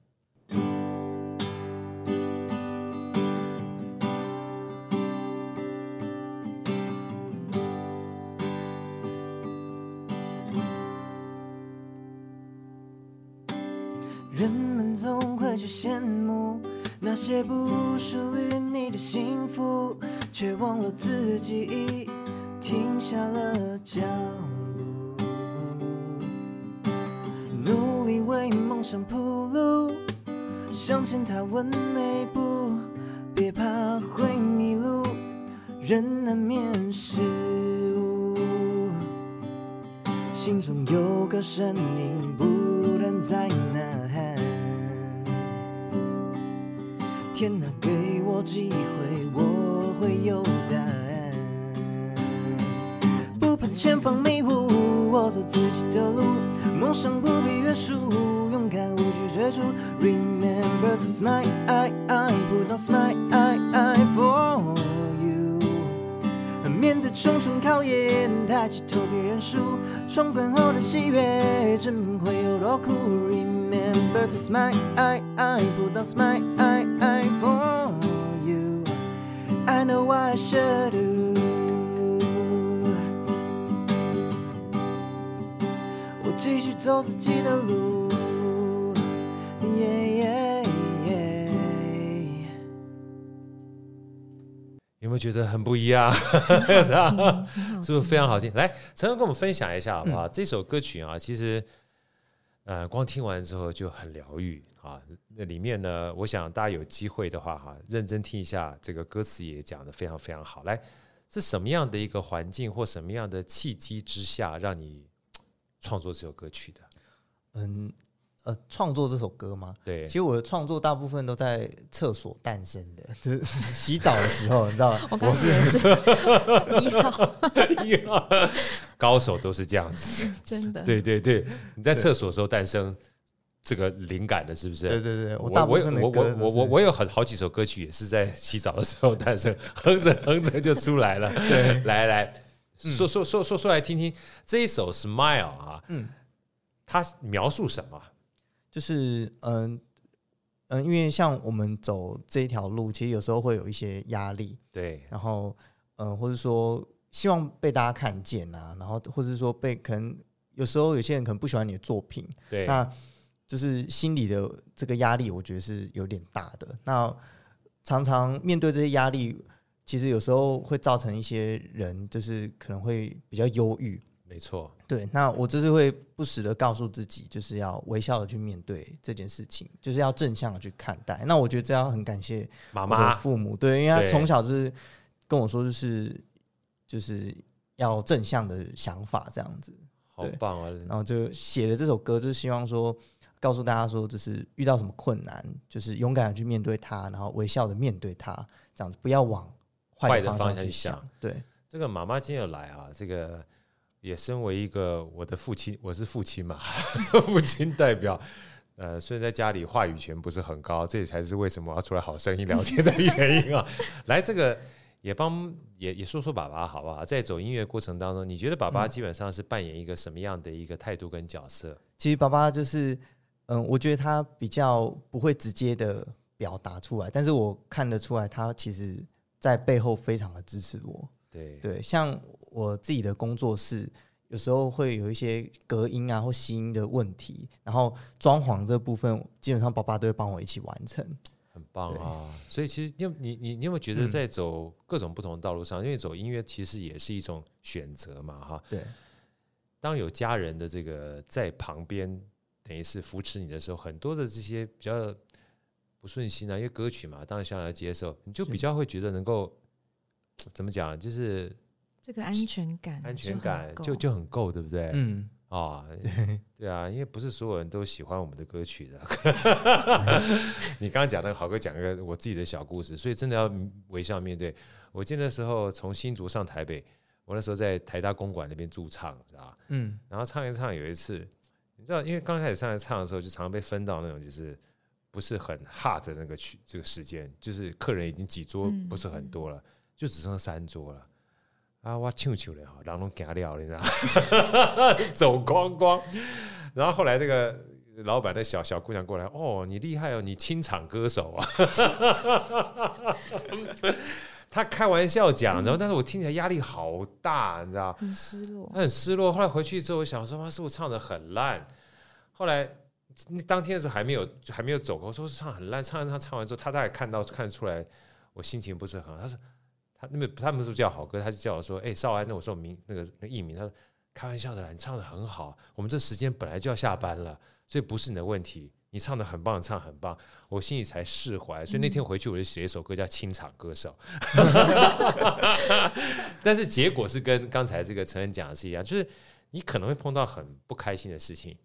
Speaker 5: 人们总会去羡慕那些不属于你的幸福，却忘了自己已停下了脚步，努力为梦想铺路，向前踏稳每步，别怕会迷路，人难免失误。心中有个声音不断在呐喊。天哪，给我机会，我会有答案。不怕前方迷雾，我走自己的路，梦想不必约束，勇敢无惧追逐。Remember to smile, I, I, put on smile, I, I for you。面对重重考验，抬起头别认输，闯关后的喜悦，证明会有多酷。Remember to smile, I, I, put on smile, I, I for you。I know what I should do。我继续走自己的路。耶耶耶！
Speaker 1: 有没有觉得很不一样？ [laughs] 是吧？是不是非常好听？来，陈恩跟我们分享一下好不好？这首歌曲啊，其实呃，光听完之后就很疗愈啊。那里面呢，我想大家有机会的话哈、认真听一下，这个歌词也讲的非常非常好。来，是什么样的一个环境或什么样的契机之下，让你创作这首歌曲的？
Speaker 4: 嗯呃，创作这首歌吗？
Speaker 1: 对
Speaker 4: 其，实我的创作大部分都在厕所诞生的，就是 [laughs] 洗澡的时候，你知道吗？
Speaker 3: 我刚才也是一号，
Speaker 1: [laughs] 高手都 [laughs] 是这样子。
Speaker 3: 真的。
Speaker 1: 对对对，你在厕所的时候诞生这个灵感的，是不是？
Speaker 4: 对对对，
Speaker 1: 我
Speaker 4: 大部
Speaker 1: 我有
Speaker 4: 分的
Speaker 1: 我
Speaker 4: 歌
Speaker 1: 我
Speaker 4: 都
Speaker 1: 我
Speaker 4: 是
Speaker 1: 我我有很好几首歌曲也是在洗澡的时候 [laughs] 诞生，哼着哼着就出来了。对，来来说说说说说来听听这一首《Smile》啊，
Speaker 4: 嗯
Speaker 1: 它描述什么？
Speaker 4: 就是嗯嗯，因为像我们走这一条路，其实有时候会有一些压力，
Speaker 1: 对，
Speaker 4: 然后嗯，或者说希望被大家看见啊，然后或者说被可能有时候有些人可能不喜欢你的作品，
Speaker 1: 对，
Speaker 4: 那就是心理的这个压力，我觉得是有点大的。那常常面对这些压力，其实有时候会造成一些人就是可能会比较忧郁。
Speaker 1: 没错，
Speaker 4: 对，那我就是会不时的告诉自己，就是要微笑的去面对这件事情，就是要正向的去看待。那我觉得这要很感谢
Speaker 1: 妈
Speaker 4: 我的
Speaker 1: 妈，
Speaker 4: 父母，对，因为他
Speaker 1: 对
Speaker 4: 从小就是跟我说，就是就是要正向的想法这样子。
Speaker 1: 好棒啊！
Speaker 4: 然后就写了这首歌，就是希望说告诉大家说，就是遇到什么困难，就是勇敢的去面对它，然后微笑的面对它，这样子不要往
Speaker 1: 坏
Speaker 4: 坏
Speaker 1: 的
Speaker 4: 的
Speaker 1: 方
Speaker 4: 方
Speaker 1: 向去
Speaker 4: 去
Speaker 1: 想
Speaker 4: 想。对，
Speaker 1: 这个妈妈今天有来啊，这个也身为一个我的父亲，我是父亲嘛， [laughs] 父亲代表。呃，虽然在家里话语权不是很高，这也才是为什么我要出来好声音聊天的原因啊。 [laughs] 来，这个也帮也也说说爸爸好不好？在走音乐过程当中，你觉得爸
Speaker 4: 嗯
Speaker 1: 爸基本上是扮演一个什么样的一个态度跟角色？
Speaker 4: 其实爸爸就是，嗯，我觉得他比较不会直接的表达出来，但是我看得出来，他其实在背后非常的支持我。
Speaker 1: 对
Speaker 4: 对，像我自己的工作室，有时候会有一些隔音啊或吸音的问题，然后装潢这部分，基本上爸爸都会帮我一起完成。
Speaker 1: 很棒
Speaker 4: 对
Speaker 1: 啊！所以其实你有你你你有没有觉得
Speaker 4: 嗯
Speaker 1: 在走各种不同的道路上，因为走音乐其实也是一种选择嘛，哈，
Speaker 4: 对，
Speaker 1: 当有家人的这个在旁边，等于是扶持你的时候，很多的这些比较不顺心啊，因为歌曲嘛，当然想要接受，你就是比较会觉得能够怎么讲，啊就是
Speaker 3: 这个安全感，
Speaker 1: 安全感
Speaker 3: 嗯就
Speaker 1: 就
Speaker 3: 很
Speaker 1: 就很
Speaker 3: 够
Speaker 1: 够，对不对？
Speaker 4: 嗯，
Speaker 1: 啊， [laughs] 对啊，因为不是所有人都喜欢我们的歌曲的。 [laughs] 你刚刚讲那个豪哥讲一个我自己的小故事，所以真的要微笑面对。我记得那时候从新竹上台北，我那时候在台大公馆那边驻唱，你知道吧？
Speaker 4: 嗯，
Speaker 1: 然后唱一唱，有一次，你知道，因为刚开始上来唱的时候，就常常被分到那种就是不是很 hard 的那个区这个时间，就是客人已经几桌
Speaker 3: 嗯
Speaker 1: 不是很多了，就只剩三桌了。啊，我唱唱了哈，然后干掉了，你知道吗， [laughs] 走光光。然后后来这个老板的小小姑娘过来，哦，你厉害哦，你清场歌手啊。 [laughs] 他开玩笑讲，然后但是我听起来压力好大，你知道。
Speaker 3: 很失落。
Speaker 1: 他很失落。后来回去之后，我想说，妈，是不是唱的很烂？后来那当天是还没有还没有走过，我说是唱很烂，唱一唱唱完之后，他大概看到看出来我心情不是很好，他说他那边他们是叫好哥，他就叫我说，哎、少安，那我说我名那个那个艺名，他说开玩笑的啦，你唱的很好，我们这时间本来就要下班了，所以不是你的问题。你唱的很棒，唱得很棒，我心里才释怀。所以那天回去我就写一首歌叫《清场歌手》，但是结果是跟刚才这个陈恩讲的是一样，就是你可能会碰到很不开心的事情。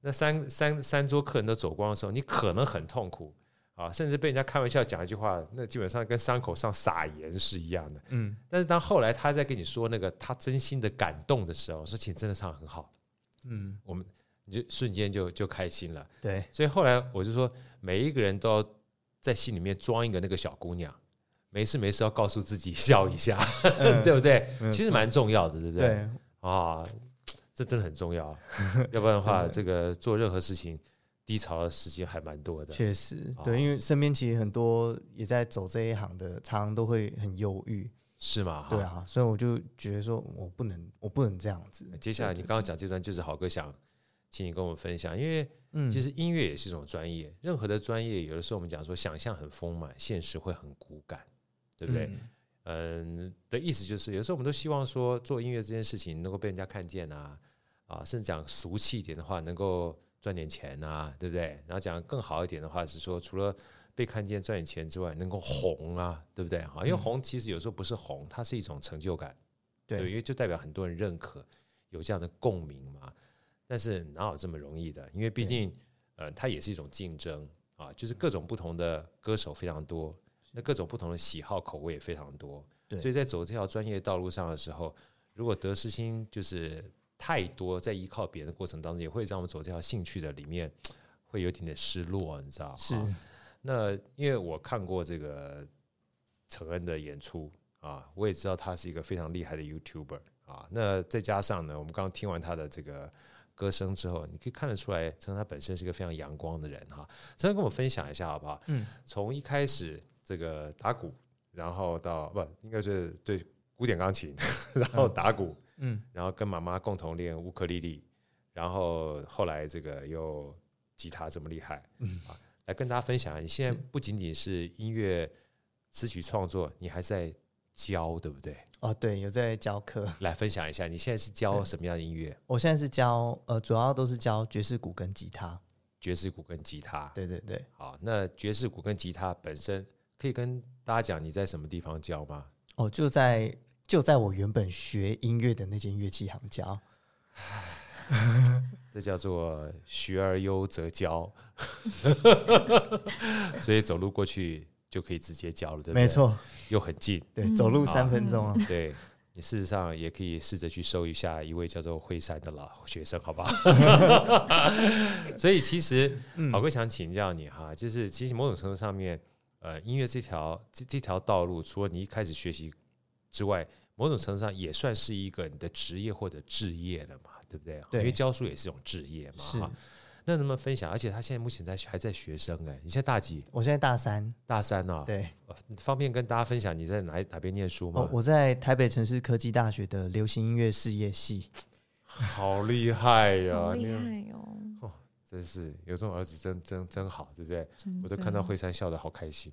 Speaker 1: 那三三三桌客人都走光的时候，你可能很痛苦啊，甚至被人家开玩笑讲一句话，那基本上跟伤口上撒盐是一样的。
Speaker 4: 嗯，
Speaker 1: 但是当后来他在跟你说那个他真心的感动的时候，说其实真的唱得很好，
Speaker 4: 嗯，
Speaker 1: 我们你就瞬间就就开心了。
Speaker 4: 对，
Speaker 1: 所以后来我就说，每一个人都要在心里面装一个那个小姑娘，没事没事要告诉自己笑一下，[laughs]
Speaker 4: 嗯
Speaker 1: 对不对？
Speaker 4: 没有
Speaker 1: 其实蛮重要的，对不对？
Speaker 4: 对，
Speaker 1: 啊，这真的很重
Speaker 4: [laughs]
Speaker 1: 要，啊要不然的话，这个做任何事情低潮的时间还蛮多的。
Speaker 4: 确实
Speaker 1: 哦，
Speaker 4: 对，因为身边其实很多也在走这一行的，常常都会很忧郁，
Speaker 1: 是吗？哈
Speaker 4: 对。啊，所以我就觉得说我不能，我不能这样子。
Speaker 1: 接下来你刚刚讲这段，就是好哥想请你跟我们分享，因为
Speaker 4: 嗯，
Speaker 1: 其实音乐也是一种专业，任何的专业，有的时候我们讲说想象很丰满，现实会很骨感，对不对？
Speaker 4: 嗯？
Speaker 1: 嗯的意思就是，有时候我们都希望说做音乐这件事情能够被人家看见啊，啊，甚至讲俗气一点的话，能够赚点钱啊，对不对？然后讲更好一点的话是说，除了被看见赚点钱之外，能够红啊，对不对？哈，因为红其实有时候不是红，它是一种成就感，因
Speaker 4: 对，
Speaker 1: 为就代表很多人认可，有这样的共鸣嘛。但是哪有这么容易的？因为毕竟，呃，它也是一种竞争啊，就是
Speaker 4: 嗯
Speaker 1: 各种不同的歌手非常多，那各种不同的喜好口味也非常多。
Speaker 4: 对
Speaker 1: 所以在走这条专业道路上的时候，如果得失心就是太多，在依靠别人的过程当中，也会让我们走这条兴趣的里面会有一点点失落，你知道？
Speaker 4: 是
Speaker 1: 哈那因为我看过这个陈恩的演出啊，我也知道他是一个非常厉害的 YouTuber 啊。那再加上呢，我们刚刚听完他的这个歌声之后，你可以看得出来，陈恩他本身是一个非常阳光的人哈、陈恩跟我分享一下好不好？
Speaker 4: 嗯，
Speaker 1: 从一开始这个打鼓，然后到不应该是对古典钢琴， [laughs] 然后打鼓，
Speaker 4: 嗯，
Speaker 1: 然后跟妈妈共同练乌克丽丽，然后后来这个又吉他这么厉害，
Speaker 4: 嗯
Speaker 1: 啊，来跟大家分享，你现在不仅仅是音乐词曲创作，你还在教，对不对？
Speaker 4: 哦，对，有在教课，
Speaker 1: 来分享一下，你现在是教什么样的音乐？
Speaker 4: 我现在是教呃，主要都是教爵士鼓跟吉他，
Speaker 1: 爵士鼓跟吉他。
Speaker 4: 对对对。
Speaker 1: 好，那爵士鼓跟吉他本身可以跟大家讲你在什么地方教吗？
Speaker 4: 哦，就在就在我原本学音乐的那间乐器行教，
Speaker 1: 这叫做学而优则
Speaker 4: [laughs]
Speaker 1: 教，所以走路过去就可以直接教了，对不对？
Speaker 4: 没，错，
Speaker 1: 又很近。
Speaker 4: 对，
Speaker 3: 嗯
Speaker 4: 走路
Speaker 1: 好嗯
Speaker 4: 三分钟啊， [laughs]
Speaker 1: 对你事实上也可以试着去收一下一位叫做惠山的老学生，好不
Speaker 4: [laughs]
Speaker 1: 好？所以其实
Speaker 4: 嗯
Speaker 1: 好哥想请教你哈，就是其实某种程度上面，呃，音乐这条这这条道路，除了你一开始学习之外，某种程度上也算是一个你的职业或者置业了嘛，对不对？
Speaker 4: 对
Speaker 1: 因为教书也是一种置业嘛，
Speaker 4: 是
Speaker 1: 哈。那能不能分享？而且他现在目前在还在学生哎、你现在大几？
Speaker 4: 我现在大三，
Speaker 1: 大三啊？
Speaker 4: 对，
Speaker 1: 呃，方便跟大家分享你在哪哪边念书吗？
Speaker 4: 哦，我在台北城市科技大学的流行音乐事业系，
Speaker 1: 好厉害呀、
Speaker 3: 好厉
Speaker 1: 你
Speaker 3: 害哦！
Speaker 1: 真是有这种儿子真真真好，对不对？
Speaker 3: 真的嗯
Speaker 1: 我都看到惠山笑得好开心。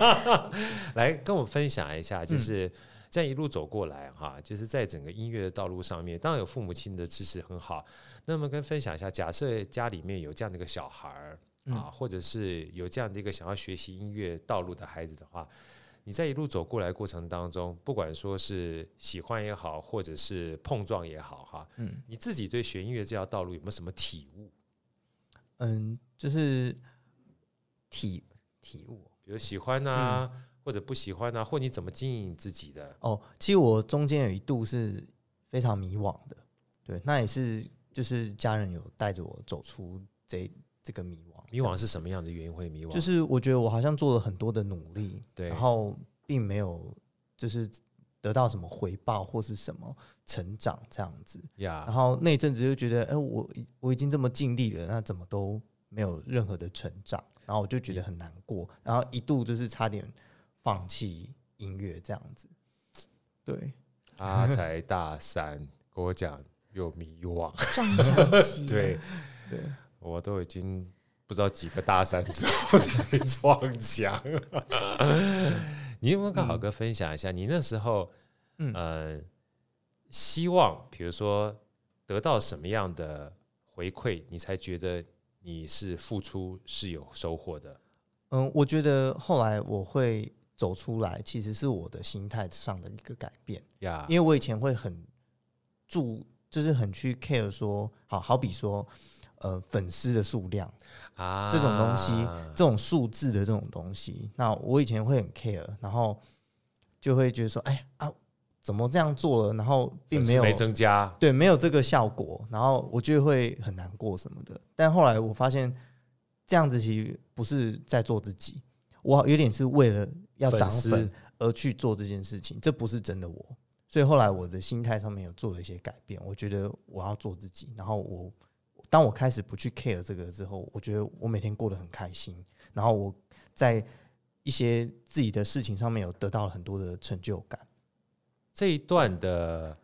Speaker 1: [laughs] 来跟我分享一下，
Speaker 3: 嗯
Speaker 1: 就是这样一路走过来哈，就是在整个音乐的道路上面，当然有父母亲的支持很好。那么跟分享一下，假设家里面有这样的一个小孩儿
Speaker 3: 嗯
Speaker 1: 啊，或者是有这样的一个想要学习音乐道路的孩子的话。你在一路走过来过程当中，不管说是喜欢也好，或者是碰撞也好，哈，
Speaker 4: 嗯
Speaker 1: 你自己对学音乐这条道路有没有什么体悟？
Speaker 4: 嗯，就是体体悟哦
Speaker 1: 比如喜欢啊，
Speaker 4: 嗯
Speaker 1: 或者不喜欢啊，或你怎么经营自己的？
Speaker 4: 哦，其实我中间有一度是非常迷惘的，对，那也是就是家人有带着我走出这这个迷惘，
Speaker 1: 迷惘是什么样的原因会迷惘？
Speaker 4: 就是我觉得我好像做了很多的努力，
Speaker 1: 对，
Speaker 4: 然后并没有就是得到什么回报或是什么成长这样子。然
Speaker 1: 呀，
Speaker 4: 后那一阵子就觉得，哎、我已我已经这么尽力了，那怎么都没有任何的成长？然后我就觉得很难过，然后一度就是差点放弃音乐这样子。对，
Speaker 1: 他才大三，跟我讲有迷
Speaker 4: [laughs]
Speaker 1: 惘，
Speaker 3: 撞
Speaker 1: [laughs]
Speaker 3: 墙期，
Speaker 1: 对
Speaker 4: 对，
Speaker 1: 我都已经不知道几个大三之后
Speaker 4: [laughs]
Speaker 1: 才撞墙。你有没有跟好哥分享一下，你那时候，
Speaker 4: 嗯
Speaker 1: 呃，希望比如说得到什么样的回馈，你才觉得你是付出是有收获的？
Speaker 4: 嗯，我觉得后来我会走出来，
Speaker 1: 啊
Speaker 4: 其实是我的心态上的一个改变。
Speaker 1: 呀，
Speaker 4: 因为我以前会很注就是很去 care 说，好好比说，呃，粉丝的数量
Speaker 1: 啊，
Speaker 4: 这种东西，这种数字的这种东西，那我以前会很 care，然后就会觉得说，哎啊，怎么这样做了，然后并
Speaker 1: 粉丝
Speaker 4: 没有
Speaker 1: 没增加，
Speaker 4: 对，没有这个效果，然后我就会很难过什么的。但后来我发现，这样子其实不是在做自己，我有点是为了要涨
Speaker 1: 丝
Speaker 4: 粉而去做这件事情，这不是真的我。所以后来我的心态上面有做了一些改变，我觉得我要做自己。然后我当我开始不去 care 这个之后，我觉得我每天过得很开心。然后我在一些自己的事情上面有得到了很多的成就感。
Speaker 1: 这一段的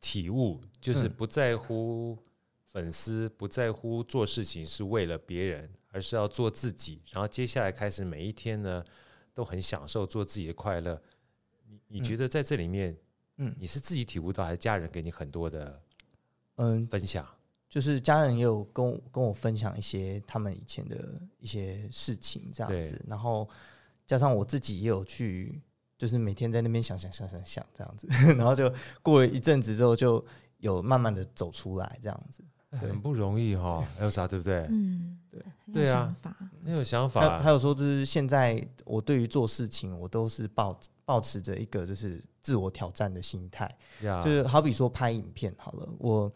Speaker 1: 体悟就是
Speaker 4: 嗯
Speaker 1: 不在乎粉丝，不在乎做事情是为了别人，而是要做自己。然后接下来开始每一天呢，都很享受做自己的快乐。你你
Speaker 4: 嗯
Speaker 1: 觉得在这里面，
Speaker 4: 嗯
Speaker 1: 你是自己体悟到，还是家人给你很多的
Speaker 4: 嗯，
Speaker 1: 分享？
Speaker 4: 就是家人也有跟我跟我分享一些他们以前的一些事情这样子
Speaker 1: 对，
Speaker 4: 然后加上我自己也有去，就是每天在那边想想想想想这样子， [laughs] 然后就过了一阵子之后，就有慢慢的走出来这样子。对
Speaker 1: 很不容易哈、还有啥对不对？
Speaker 3: 嗯，很有
Speaker 1: 对啊
Speaker 3: 想法，
Speaker 1: 很有想
Speaker 4: 还有还
Speaker 1: 法，
Speaker 4: 有说，就是现在我对于做事情，我都是抱抱持着一个就是自我挑战的心态，
Speaker 1: 呀
Speaker 4: 就是好比说拍影片好了，我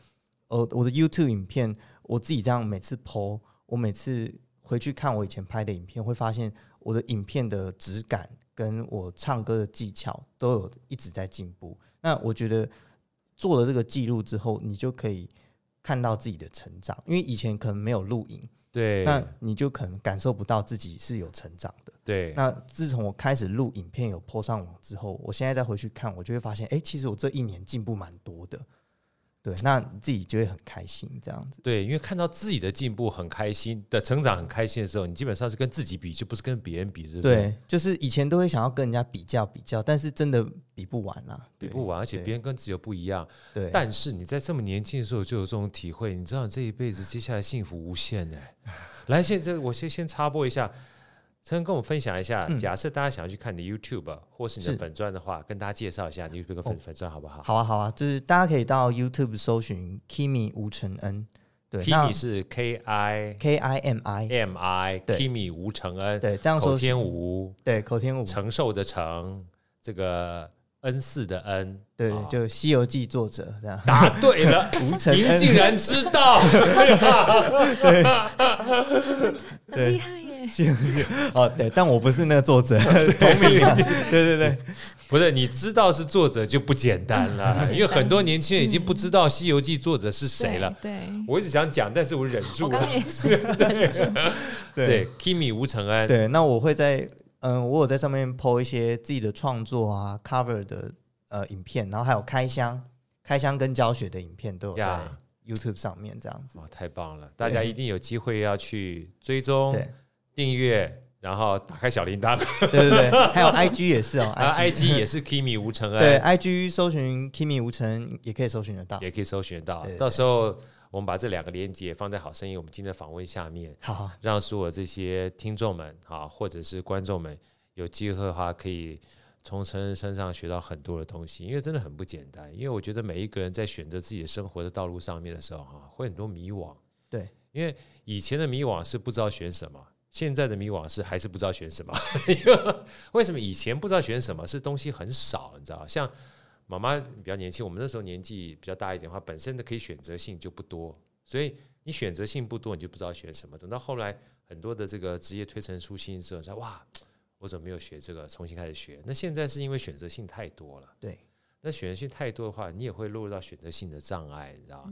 Speaker 4: 呃我的 YouTube 影片，我自己这样每次 PO，我每次回去看我以前拍的影片，会发现我的影片的质感跟我唱歌的技巧都有一直在进步。那我觉得做了这个记录之后，你就可以看到自己的成长，因为以前可能没有录影，
Speaker 1: 对，
Speaker 4: 那你就可能感受不到自己是有成长的。
Speaker 1: 对，
Speaker 4: 那自从我开始录影片有 PO 上网之后，我现在再回去看，我就会发现，哎、其实我这一年进步蛮多的。对，那你自己就会很开心，这样子。
Speaker 1: 对，因为看到自己的进步很开心的成长很开心的时候，你基本上是跟自己比，就不是跟别人比，对不对？
Speaker 4: 对，就是以前都会想要跟人家比较比较，但是真的比不完啦，
Speaker 1: 比
Speaker 4: 对
Speaker 1: 不完，而且
Speaker 4: 对
Speaker 1: 别人跟自己又不一样。
Speaker 4: 对，
Speaker 1: 但是你在这么年轻的时候就有这种体会，你知道你这一辈子接下来幸福无限呢、来，现在我先先插播一下，陈跟我们分享一下，
Speaker 4: 嗯
Speaker 1: 假设大家想要去看你的 YouTube 或是你的
Speaker 4: 是
Speaker 1: 粉钻的话，跟大家介绍一下你 YouTube 跟粉
Speaker 4: 哦
Speaker 1: 粉钻好不好
Speaker 4: 好啊，好啊，就是大家可以到 YouTube 搜寻 Kimi 吴承恩，对，那
Speaker 1: ？Kimi 是 K I
Speaker 4: K I M I，
Speaker 1: M I
Speaker 4: 对
Speaker 1: Kimi 吴承恩，
Speaker 4: 对，这样
Speaker 1: 口
Speaker 4: 搜寻
Speaker 1: 天吴
Speaker 4: 对口天舞，
Speaker 1: 承受的承，这个 N 四的 N，
Speaker 4: 对
Speaker 1: 啊，
Speaker 4: 就《西游记》作者这样，
Speaker 1: 答啊对了，
Speaker 4: 吴承
Speaker 1: 您
Speaker 4: 恩，
Speaker 1: 竟
Speaker 4: [laughs]
Speaker 1: 然知道，
Speaker 3: 很厉害耶！
Speaker 4: 哦，对，但我不是那个作者，
Speaker 1: [laughs]
Speaker 4: 同名啊，对对对，
Speaker 1: 不是你知道是作者就不简单了，因为很多年轻人已经不知道《西游记》作者是谁了。
Speaker 3: 对，对
Speaker 1: 我一直想讲，但是我忍
Speaker 3: 我
Speaker 1: 住
Speaker 3: 刚刚
Speaker 1: 了。
Speaker 3: 也是，
Speaker 1: [laughs] 对，Kimi 吴承恩，
Speaker 4: 对，那我会在嗯，我有在上面 PO 一些自己的创作啊，cover 的呃影片，然后还有开箱、开箱跟教学的影片都有在
Speaker 1: 呀
Speaker 4: YouTube 上面这样子。
Speaker 1: 哇，哦太棒了！大家一定有机会要去追踪
Speaker 4: 对、
Speaker 1: 订阅，然后打开小铃铛。
Speaker 4: 对对对，还有 IG
Speaker 1: [laughs]
Speaker 4: 也是哦
Speaker 1: 然后
Speaker 4: ，IG
Speaker 1: IG 也是 Kimi 吴承
Speaker 4: 对
Speaker 1: 恩，
Speaker 4: IG 搜寻 Kimi 吴成也可以搜寻得到。
Speaker 1: 也可以搜寻到
Speaker 4: 对。对
Speaker 1: 到时候我们把这两个链接放在好声音我们今天的访问下面。
Speaker 4: 好好，
Speaker 1: 让所有这些听众们啊，或者是观众们有机会的话，可以从陈恩身上学到很多的东西，因为真的很不简单。因为我觉得每一个人在选择自己的生活的道路上面的时候，哈、会很多迷惘。
Speaker 4: 对，
Speaker 1: 因为以前的迷惘是不知道选什么，现在的迷惘是还是不知道选什么。 [laughs] 因为为什么以前不知道选什么是东西很少，你知道吧？像妈妈比较年轻，我们那时候年纪比较大一点的话，本身的可以选择性就不多，所以你选择性不多，你就不知道选什么。等到后来很多的这个职业推陈出新之后，你说哇，我怎么没有学这个？重新开始学。那现在是因为选择性太多了。 [laughs]
Speaker 4: 对，？
Speaker 1: 那选择性太多的话，你也会落入到选择性的障碍，你知道吗？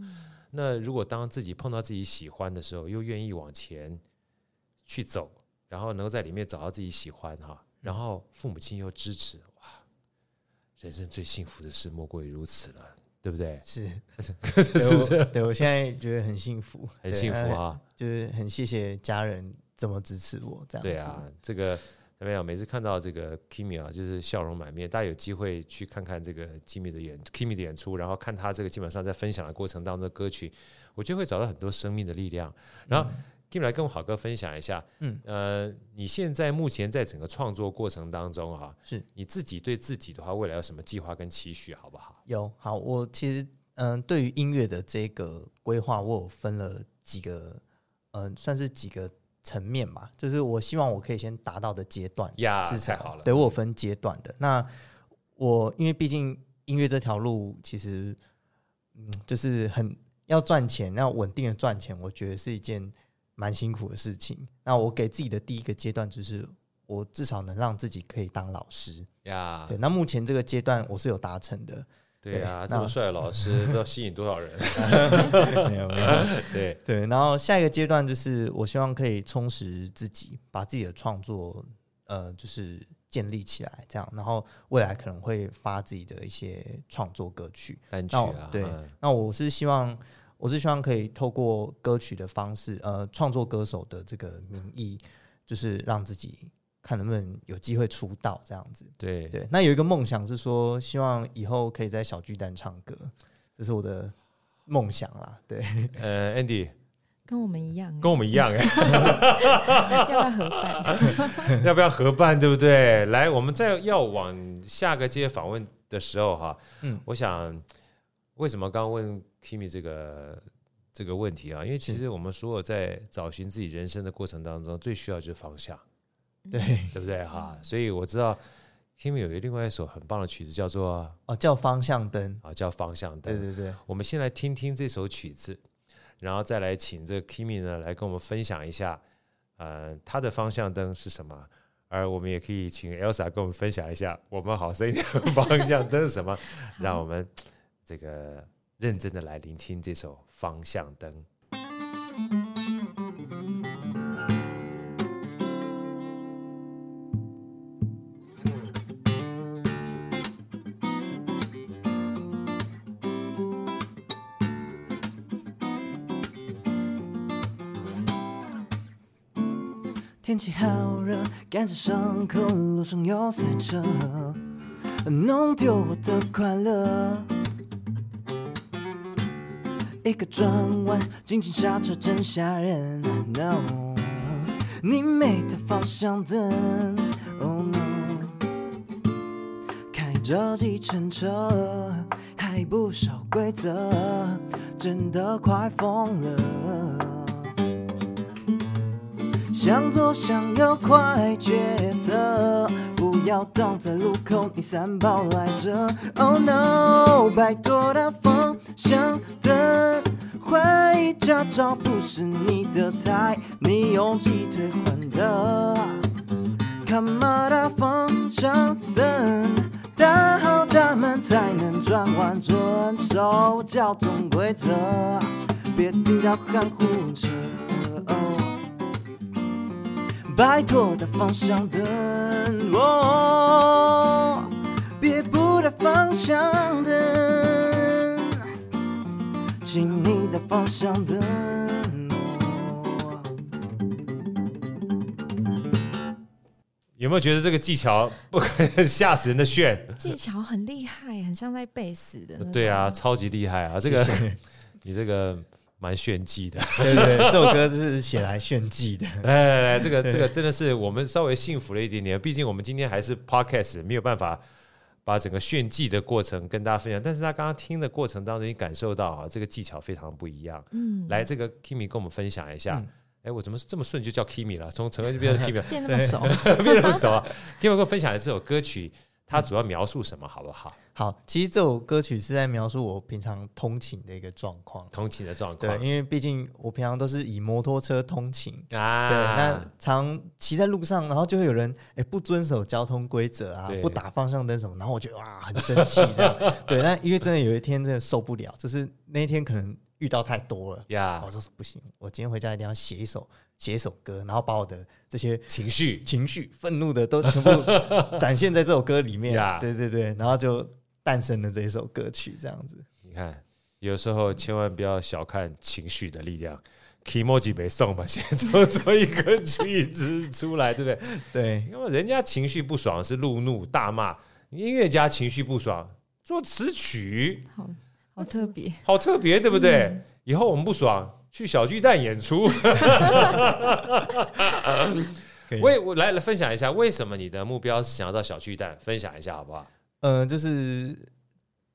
Speaker 1: 那如果当自己碰到自己喜欢的时候，又愿意往前去走，然后能够在里面找到自己喜欢哈，然后父母亲又支持，哇，人生最幸福的事莫过于如此了，对不对
Speaker 4: 是
Speaker 1: 是不
Speaker 4: 对我
Speaker 1: 是
Speaker 4: 对我现在觉得很幸福，
Speaker 1: 很
Speaker 4: 对
Speaker 1: 幸福！
Speaker 4: 呃
Speaker 1: 啊？
Speaker 4: 就是很谢谢家人这么支持我，这样子。
Speaker 1: 对啊，这个怎么样？每次看到这个 Kimi 啊，就是笑容满面。大家有机会去看看这个 Kimi 的演 Kimi 的演出，然后看他这个基本上在分享的过程当中的歌曲，我觉得会找到很多生命的力量。然后 Kimi 来跟我好哥分享一下，
Speaker 4: 嗯
Speaker 1: 呃，你现在目前在整个创作过程当中啊哈、
Speaker 4: 是
Speaker 1: 你自己对自己的话，未来有什么计划跟期许，好不好？
Speaker 4: 有好，我其实嗯，对于音乐的这个规划，我有分了几个，嗯，算是几个层面吧。就是我希望我可以先达到的阶段
Speaker 1: 呀
Speaker 4: 是什
Speaker 1: 太
Speaker 4: 么
Speaker 1: 好了
Speaker 4: 对我有分阶段的。那我因为毕竟音乐这条路，其实嗯，就是很要赚钱，要稳定的赚钱，我觉得是一件蛮辛苦的事情。那我给自己的第一个阶段就是。我至少能让自己可以当老师，
Speaker 1: 呀
Speaker 4: 对。，那目前这个阶段我是有达成的，
Speaker 1: 对啊，
Speaker 4: 对
Speaker 1: 这么
Speaker 4: 那
Speaker 1: 帅的
Speaker 4: [laughs]
Speaker 1: 老师，不知道吸引多少人。
Speaker 4: 没有没有。
Speaker 1: 对，
Speaker 4: 对，然后下一个阶段就是我希望可以充实自己，把自己的创作呃就是建立起来，这样，然后未来可能会发自己的一些创作歌曲。
Speaker 1: 单曲
Speaker 4: 那我
Speaker 1: 啊，
Speaker 4: 对
Speaker 1: 嗯
Speaker 4: 那我是希望，我是希望可以透过歌曲的方式，呃，创作歌手的这个名义，就是让自己看能不能有机会出道这样子。
Speaker 1: 对
Speaker 4: 对，那有一个梦想是说，希望以后可以在小巨蛋唱歌，这是我的梦想啦。对，
Speaker 1: 呃，Andy
Speaker 3: 跟我们一样，
Speaker 1: 跟我们一样哎，
Speaker 3: 要不要合
Speaker 1: [laughs]
Speaker 3: 办？
Speaker 1: 要不要合办？对不对？来，我们在要往下个阶访问的时候哈，
Speaker 4: 嗯
Speaker 1: 我想为什么刚刚问 Kimi 这个这个问题啊？因为其
Speaker 4: 是
Speaker 1: 实我们所有在找寻自己人生的过程当中，最需要就是方向，
Speaker 4: 对，
Speaker 1: 对不对哈？所以我知道 Kimi 有一另外一首很棒的曲子，叫做
Speaker 4: 哦，叫方向灯。
Speaker 1: 啊叫《方向灯
Speaker 4: 对》。对对，
Speaker 1: 我们先来听听这首曲子，然后再来请这个 Kimi 呢来跟我们分享一下，呃，他的方向灯是什么。而我们也可以请 Elsa 跟我们分享一下我们好声音的方向灯是什么。让我们这个认真的来聆听这首《方向灯》。
Speaker 5: 天气好热，赶着上课，路上有塞车，弄丢我的快乐。一个转弯，紧紧刹车真吓人。No，你没带方向灯。Oh no，开着计程车，还不守规则，真的快疯了。向左向右快抉择，不要挡在路口，你三宝来着。Oh no，拜托它方向灯，怀疑驾照不是你的菜，你用鸡腿换的。看马达方向灯，打好大门才能转弯，遵守交通规则，别听到含糊着。哦拜托的方向灯，哦，别不带方向灯，请你的方向灯。哦
Speaker 1: 有没有觉得这个技巧不可 [laughs] 吓死人的炫？
Speaker 3: 技巧很厉害，很像在背死的那种。
Speaker 1: 对啊，超级厉害啊！这个你这个蛮炫技的。
Speaker 4: [laughs] 对对，这首歌 [laughs] 是写来炫技的。
Speaker 1: 来来来，哎这个这个真的是我们稍微幸福了一点点，毕竟我们今天还是 podcast，没有办法把整个炫技的过程跟大家分享。但是他刚刚听的过程当中，你感受到啊，这个技巧非常不一样。
Speaker 3: 嗯，
Speaker 1: 来，这个 Kimi 跟我们分享一下
Speaker 4: 嗯。
Speaker 1: 哎、我怎么这么顺就叫 Kimi 了？从陈恩就变成 Kimi，了
Speaker 3: 变那么熟，
Speaker 1: 变成什么？Kimi 跟我分享的这首歌曲，它主要描述什么，好不好？
Speaker 4: 好，其实这首歌曲是在描述我平常通勤的一个状况。
Speaker 1: 同情的状
Speaker 4: 对，
Speaker 1: 况
Speaker 4: 因为毕竟我平常都是以摩托车通勤。对，那
Speaker 1: 啊，
Speaker 4: 常骑在路上，然后就会有人哎不遵守交通规则啊
Speaker 1: 对，
Speaker 4: 不打方向灯什么，然后我觉得哇很生气这样。对，但因为真的有一天真的受不了，就是那一天可能遇到太多了，
Speaker 1: 呀
Speaker 4: 我，说不行，我今天回家一定要写一首写一首歌，然后把我的这些
Speaker 1: 情绪
Speaker 4: 情绪、愤怒的都全部展现在这首歌里面
Speaker 1: Yeah.。
Speaker 4: 对对对，然后就诞生了这一首歌曲，这样子。
Speaker 1: 你看，有时候千万不要小看情绪的力量。Kimoji 没送嘛，先做做一个句子出来，对不对？
Speaker 4: 对
Speaker 1: 因为人家情绪不爽是路怒大骂，音乐家情绪不爽做词曲，
Speaker 3: 好好特别。
Speaker 1: 好特别，对不对？
Speaker 4: 嗯
Speaker 1: 以后我们不爽去小巨蛋演
Speaker 4: [laughs]
Speaker 1: 出。
Speaker 4: 可以
Speaker 1: 为我来来分享一下，为什么你的目标是想要到小巨蛋？分享一下好不好？
Speaker 4: 嗯、呃就是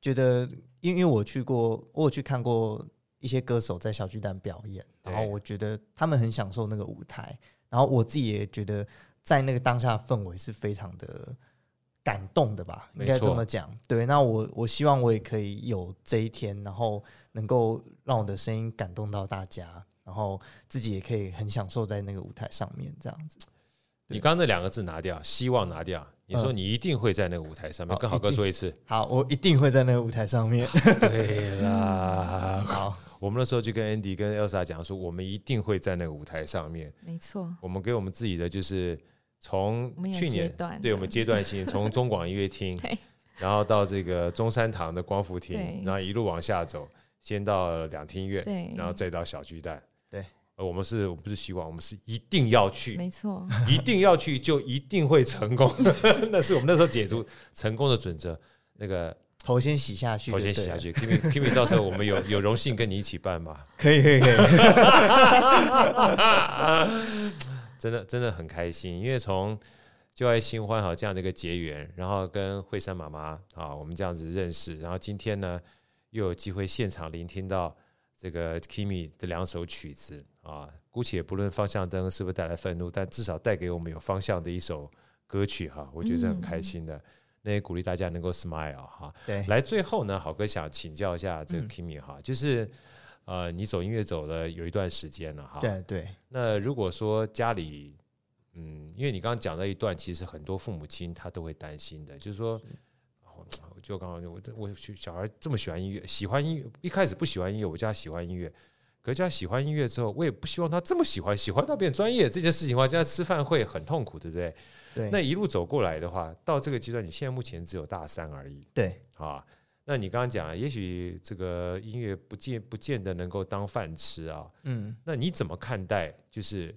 Speaker 4: 觉得因为因为我去过，我有去看过一些歌手在小巨蛋表演，
Speaker 1: 对
Speaker 4: 然后我觉得他们很享受那个舞台，然后我自己也觉得在那个当下的氛围是非常的感动的吧，应
Speaker 1: 没
Speaker 4: 该这
Speaker 1: 错
Speaker 4: 么讲。对，那我我希望我也可以有这一天，然后能够让我的声音感动到大家，然后自己也可以很享受在那个舞台上面这样子。对
Speaker 1: 你刚刚那两个字拿掉，希望拿掉。你说
Speaker 4: 嗯
Speaker 1: 你一定会在那个舞台上面，
Speaker 4: 好
Speaker 1: 跟好哥
Speaker 4: 一定
Speaker 1: 说一次。
Speaker 4: 好，我一定会在那个舞台上面。
Speaker 1: 对啦，
Speaker 4: 好，
Speaker 1: 啊我们那时候就跟 Andy 跟 Elsa 讲说，我们一定会在那个舞台上面。
Speaker 3: 没错，
Speaker 1: 我们给我们自己的就是从
Speaker 3: 我们有
Speaker 1: 去
Speaker 3: 阶
Speaker 1: 年
Speaker 3: 段
Speaker 1: 对
Speaker 3: 的
Speaker 1: 我们阶段性，从中广音乐
Speaker 3: [laughs]
Speaker 1: 厅
Speaker 3: 对，
Speaker 1: 然后到这个中山堂的光复厅
Speaker 3: 对，
Speaker 1: 然后一路往下走，先到两厅院，
Speaker 3: 对
Speaker 1: 然后再到小巨蛋。
Speaker 4: 对，
Speaker 1: 呃，我们是我们不是希望，我们是一定要去，
Speaker 3: 没错，
Speaker 1: 一定要去，就一定会成功。 [laughs] 那是我们那时候解除成功的准则。那个
Speaker 4: 头先洗下去，
Speaker 1: 头先洗下，去，Kimi Kimi，到时候我们有有荣幸跟你一起办吗？
Speaker 4: 可以可以可以。
Speaker 1: [laughs] 真的真的很开心，因为从旧爱新欢好这样的一个结缘，然后跟惠山妈妈啊，我们这样子认识，然后今天呢又有机会现场聆听到这个 Kimi 的两首曲子啊，姑且不论方向灯是不是带来愤怒，但至少带给我们有方向的一首歌曲哈、我觉得是很开心的。那也鼓励大家能够 smile 哈、
Speaker 4: [laughs] 对，
Speaker 1: 来，最后呢，好哥想请教一下这个 Kimi 哈、就是呃，你走音乐走了有一段时间了哈，
Speaker 4: 对对
Speaker 1: 那如果说家里，嗯，因为你刚刚讲到一段，其实很多父母亲他都会担心的，就是说，啊我我就刚刚我这我小孩这么喜欢音乐，喜欢音乐，一开始不喜欢音乐，我叫他喜欢音乐，可是叫他喜欢音乐之后，我也不希望他这么喜欢，喜欢到变专业这件事情的话，叫他吃饭会很痛苦，对不对？
Speaker 4: 对，
Speaker 1: 那一路走过来的话，到这个阶段，你现在目前只有大三而已，
Speaker 4: 对
Speaker 1: 啊。那你刚刚讲了，也许这个音乐不见不见得能够当饭吃啊，
Speaker 4: 嗯。
Speaker 1: 那你怎么看待？就是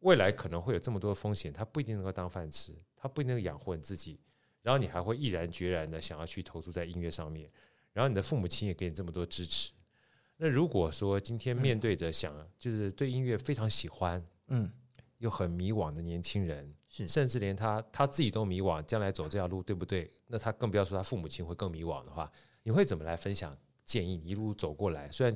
Speaker 1: 未来可能会有这么多风险，它不一定能够当饭吃，它不一定能养活你自己，然后你还会毅然决然的想要去投注在音乐上面，然后你的父母亲也给你这么多支持。那如果说今天面对着想就是对音乐非常喜欢
Speaker 4: 嗯，
Speaker 1: 又很迷惘的年轻人，
Speaker 4: 是
Speaker 1: 甚至连他他自己都迷惘，将来走这条路对不对？那他更不要说他父母亲会更迷惘的话，你会怎么来分享建议？你一路走过来，虽然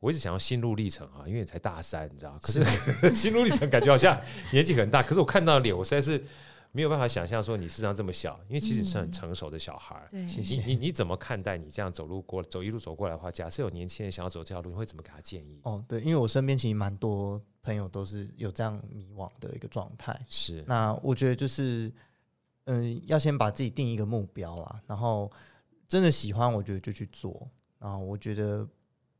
Speaker 1: 我一直想要心路历程啊，因为你才大三，你知道，可是 [laughs] 心路历程感觉好像年纪很大，可是我看到脸，我实在是没有办法想象说你事实上这么小，因为其实你是很成熟的小孩儿。
Speaker 3: 对，
Speaker 4: 谢谢
Speaker 1: 你你你怎么看待你这样走路过走一路走过来的话？假设有年轻人想要走这条路，你会怎么给他建议？
Speaker 4: 哦，对，因为我身边其实蛮多朋友都是有这样迷惘的一个状态。
Speaker 1: 是
Speaker 4: 那我觉得就是，嗯，要先把自己定一个目标啦，然后真的喜欢，我觉得就去做。然后我觉得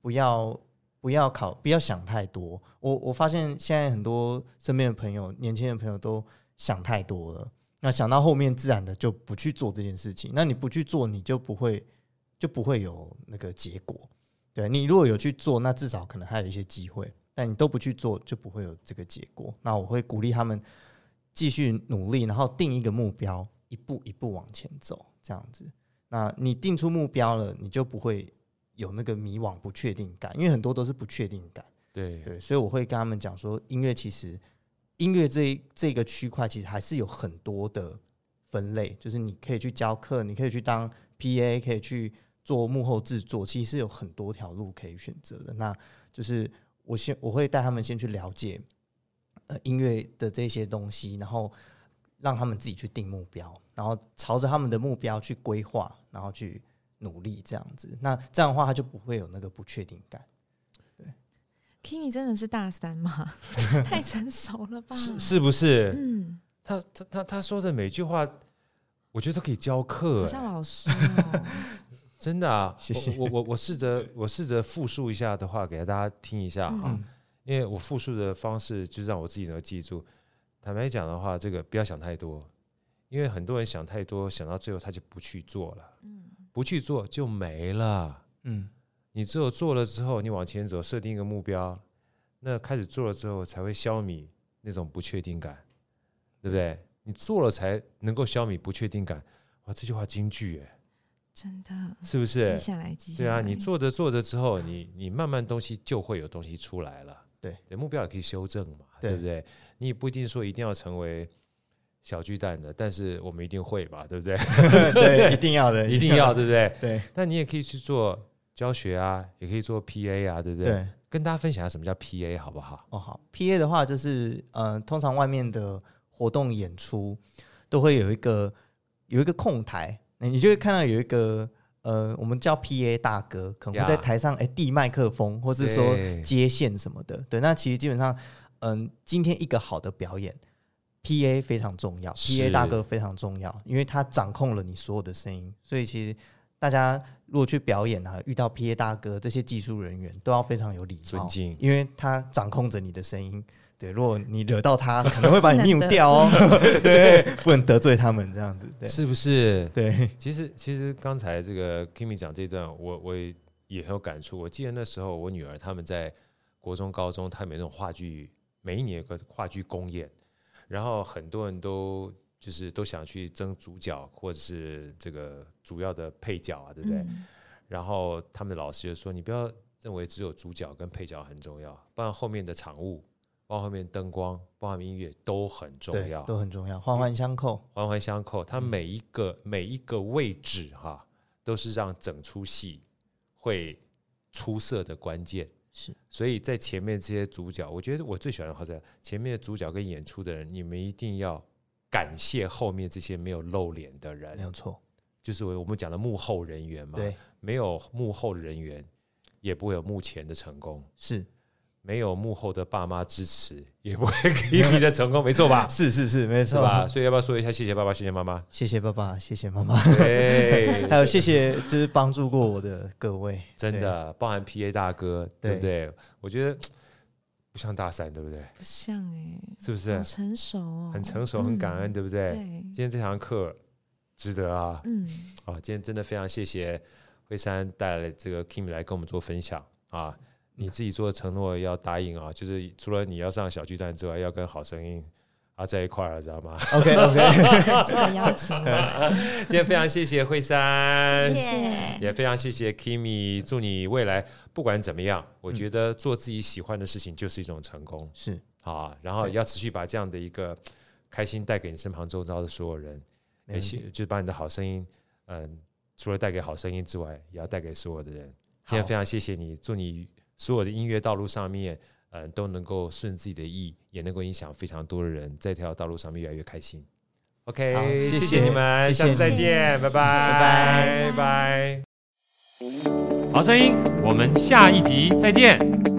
Speaker 4: 不要不要考，不要想太多。我我发现现在很多身边的朋友，年轻的朋友都想太多了。那想到后面，自然的就不去做这件事情。那你不去做，你就不会就不会有那个结果。对你如果有去做，那至少可能还有一些机会。但你都不去做，就不会有这个结果。那我会鼓励他们继续努力，然后定一个目标，一步一步往前走，这样子。那你定出目标了，你就不会有那个迷惘、不确定感，因为很多都是不确定感。
Speaker 1: 对
Speaker 4: 对，所以我会跟他们讲说，音乐其实音乐这一这个区块其实还是有很多的分类，就是你可以去教课，你可以去当 PA，可以去做幕后制作，其实是有很多条路可以选择的。那就是我先我会带他们先去了解呃音乐的这些东西，然后让他们自己去定目标，然后朝着他们的目标去规划，然后去努力这样子。那这样的话，他就不会有那个不确定感。
Speaker 3: Kimi 真的是大
Speaker 1: [laughs]
Speaker 3: 三吗？太成熟了吧？
Speaker 1: 是是不是？
Speaker 3: 嗯，
Speaker 1: 他他他他说的每句话，我觉得都可以教课、
Speaker 3: 好
Speaker 1: 欸
Speaker 3: 像老师哦，
Speaker 1: 真的啊！
Speaker 4: [laughs] 谢谢
Speaker 1: 我我我我试着我试着复述一下的话给大家听一下哈、
Speaker 4: 嗯
Speaker 1: 因为我复述的方式就是让我自己能够记住。坦白讲的话，这个不要想太多，因为很多人想太多，想到最后他就不去做了，
Speaker 3: 嗯
Speaker 1: 不去做就没了。
Speaker 4: 嗯，
Speaker 1: 你只有做了之后，你往前走，设定一个目标，那开始做了之后，才会消弭那种不确定感，对不对？你做了才能够消弭不确定感。哇，这句话金句哎，
Speaker 3: 真的，
Speaker 1: 是不是
Speaker 3: 记？下来，记下
Speaker 1: 对
Speaker 3: 来。
Speaker 1: 啊，你做着做着之后，你你慢慢东西就会有东西出来了。
Speaker 4: 对
Speaker 1: 目标也可以修正嘛，
Speaker 4: 对
Speaker 1: 对不对？你也不一定说一定要成为小巨蛋的，但是我们一定会吧，对不
Speaker 4: [laughs]
Speaker 1: 对？
Speaker 4: 对，一定要的，
Speaker 1: 一定要，对不对？
Speaker 4: 对
Speaker 1: 但你也可以去做教学啊，也可以做 PA 啊，对不对？
Speaker 4: 对。
Speaker 1: 跟大家分享一下什么叫 PA 好不好？
Speaker 4: 哦，好，PA 的话就是，呃，通常外面的活动演出都会有一个有一个控台，那你就会看到有一个呃，我们叫 PA 大哥，可能会在
Speaker 1: 呀
Speaker 4: 台上哎递麦克风，或是说
Speaker 1: 对
Speaker 4: 接线什么的。对，那其实基本上，嗯，今天一个好的表演，PA 非常重要
Speaker 1: 是
Speaker 4: ，PA 大哥非常重要，因为他掌控了你所有的声音，所以其实。大家如果去表演啊，遇到 PA 大哥这些技术人员都要非常有礼貌，
Speaker 1: 尊敬
Speaker 4: 因为他掌控着你的声音。对，如果你惹
Speaker 1: [laughs]
Speaker 4: 到他，可能会把你扭掉哦。对，不能得罪他们这样子。 [laughs] 对，
Speaker 1: 是不是？
Speaker 4: 对，
Speaker 1: 其实其实刚才这个 Kimi 讲这段，我我也也很有感触。我记得那时候我女儿他们在国中、高中，他们有那种话剧，每一年有个话剧公演，然后很多人都就是都想去争主角或者是这个主要的配角啊，对不对？
Speaker 3: 嗯
Speaker 1: 然后他们的老师就说：“你不要认为只有主角跟配角很重要，不然后面的场务，包括后面灯光，包括后面音乐都很重
Speaker 4: 对
Speaker 1: 要，
Speaker 4: 都很重要，环环相扣。
Speaker 1: 环环相扣。它每一个、每一个位置哈、都是让整出戏会出色的关键。
Speaker 4: 是，
Speaker 1: 所以在前面这些主角，我觉得我最喜欢的话在前面的主角跟演出的人，你们一定要感谢后面这些没有露脸的
Speaker 4: 没
Speaker 1: 人，
Speaker 4: 有错。
Speaker 1: 就是我们讲的幕后人员嘛。
Speaker 4: 对，
Speaker 1: 没有幕后的人员，也不会有幕前的成功；
Speaker 4: 是
Speaker 1: 没有幕后的爸妈支持，也不会给你的成功，没错吧？
Speaker 4: 是是 [laughs] 是，没
Speaker 1: 是
Speaker 4: 错
Speaker 1: 吧？？所以要不要说一下谢谢爸爸，谢谢妈
Speaker 4: [laughs]
Speaker 1: 妈？
Speaker 4: 谢谢爸爸，谢谢妈
Speaker 1: [laughs]
Speaker 4: 妈，
Speaker 1: 对，
Speaker 4: [laughs] 还有谢谢就是帮助过我的各 [laughs] 位。
Speaker 1: 真的，包含 PA 大哥，对不对？我觉得不像大三，对不对？
Speaker 3: 不像哎、
Speaker 1: 是不
Speaker 3: 欸，
Speaker 1: 是
Speaker 3: 好成熟哦，
Speaker 1: 很成熟、很感恩，
Speaker 3: 嗯
Speaker 1: 对不对？
Speaker 3: 对，
Speaker 1: 今天这堂课值得啊！
Speaker 3: 嗯，
Speaker 1: 啊，今天真的非常谢谢惠山带来这个 Kim 来跟我们做分享啊。你自己做的承诺要答应啊，就是除了你要上小巨蛋之外，要跟好声音啊在一块儿了，知道吗？ [laughs]
Speaker 4: 对 OK OK，
Speaker 3: 记得邀请我来，
Speaker 1: 今天非常谢谢惠山，
Speaker 3: 谢
Speaker 2: 谢
Speaker 3: 谢。
Speaker 1: 也非常谢谢 Kimi，祝你未来不管怎么样，
Speaker 2: 嗯
Speaker 1: 我觉得做自己喜欢的事情就是一种成功
Speaker 4: 是
Speaker 1: 啊。然后
Speaker 4: 对
Speaker 1: 要持续把这样的一个开心带给你身旁周遭的所有人，
Speaker 4: 没
Speaker 1: 也
Speaker 4: 问题
Speaker 1: 希就是把你的好声音，嗯，除了带给好声音之外，也要带给所有的人。今天
Speaker 4: 好
Speaker 1: 非常谢谢你，祝你所有的音乐道路上面，嗯，都能够顺自己的意，也能够影响非常多的人，在这条道路上面越来越开心。
Speaker 4: 好
Speaker 1: OK，
Speaker 4: 谢
Speaker 1: 谢你
Speaker 4: 谢
Speaker 1: 们，下
Speaker 4: 谢
Speaker 1: 次
Speaker 4: 谢
Speaker 1: 再
Speaker 3: 你
Speaker 1: 见，拜拜，
Speaker 3: 拜
Speaker 1: 拜拜。好声音，我们下一集再见。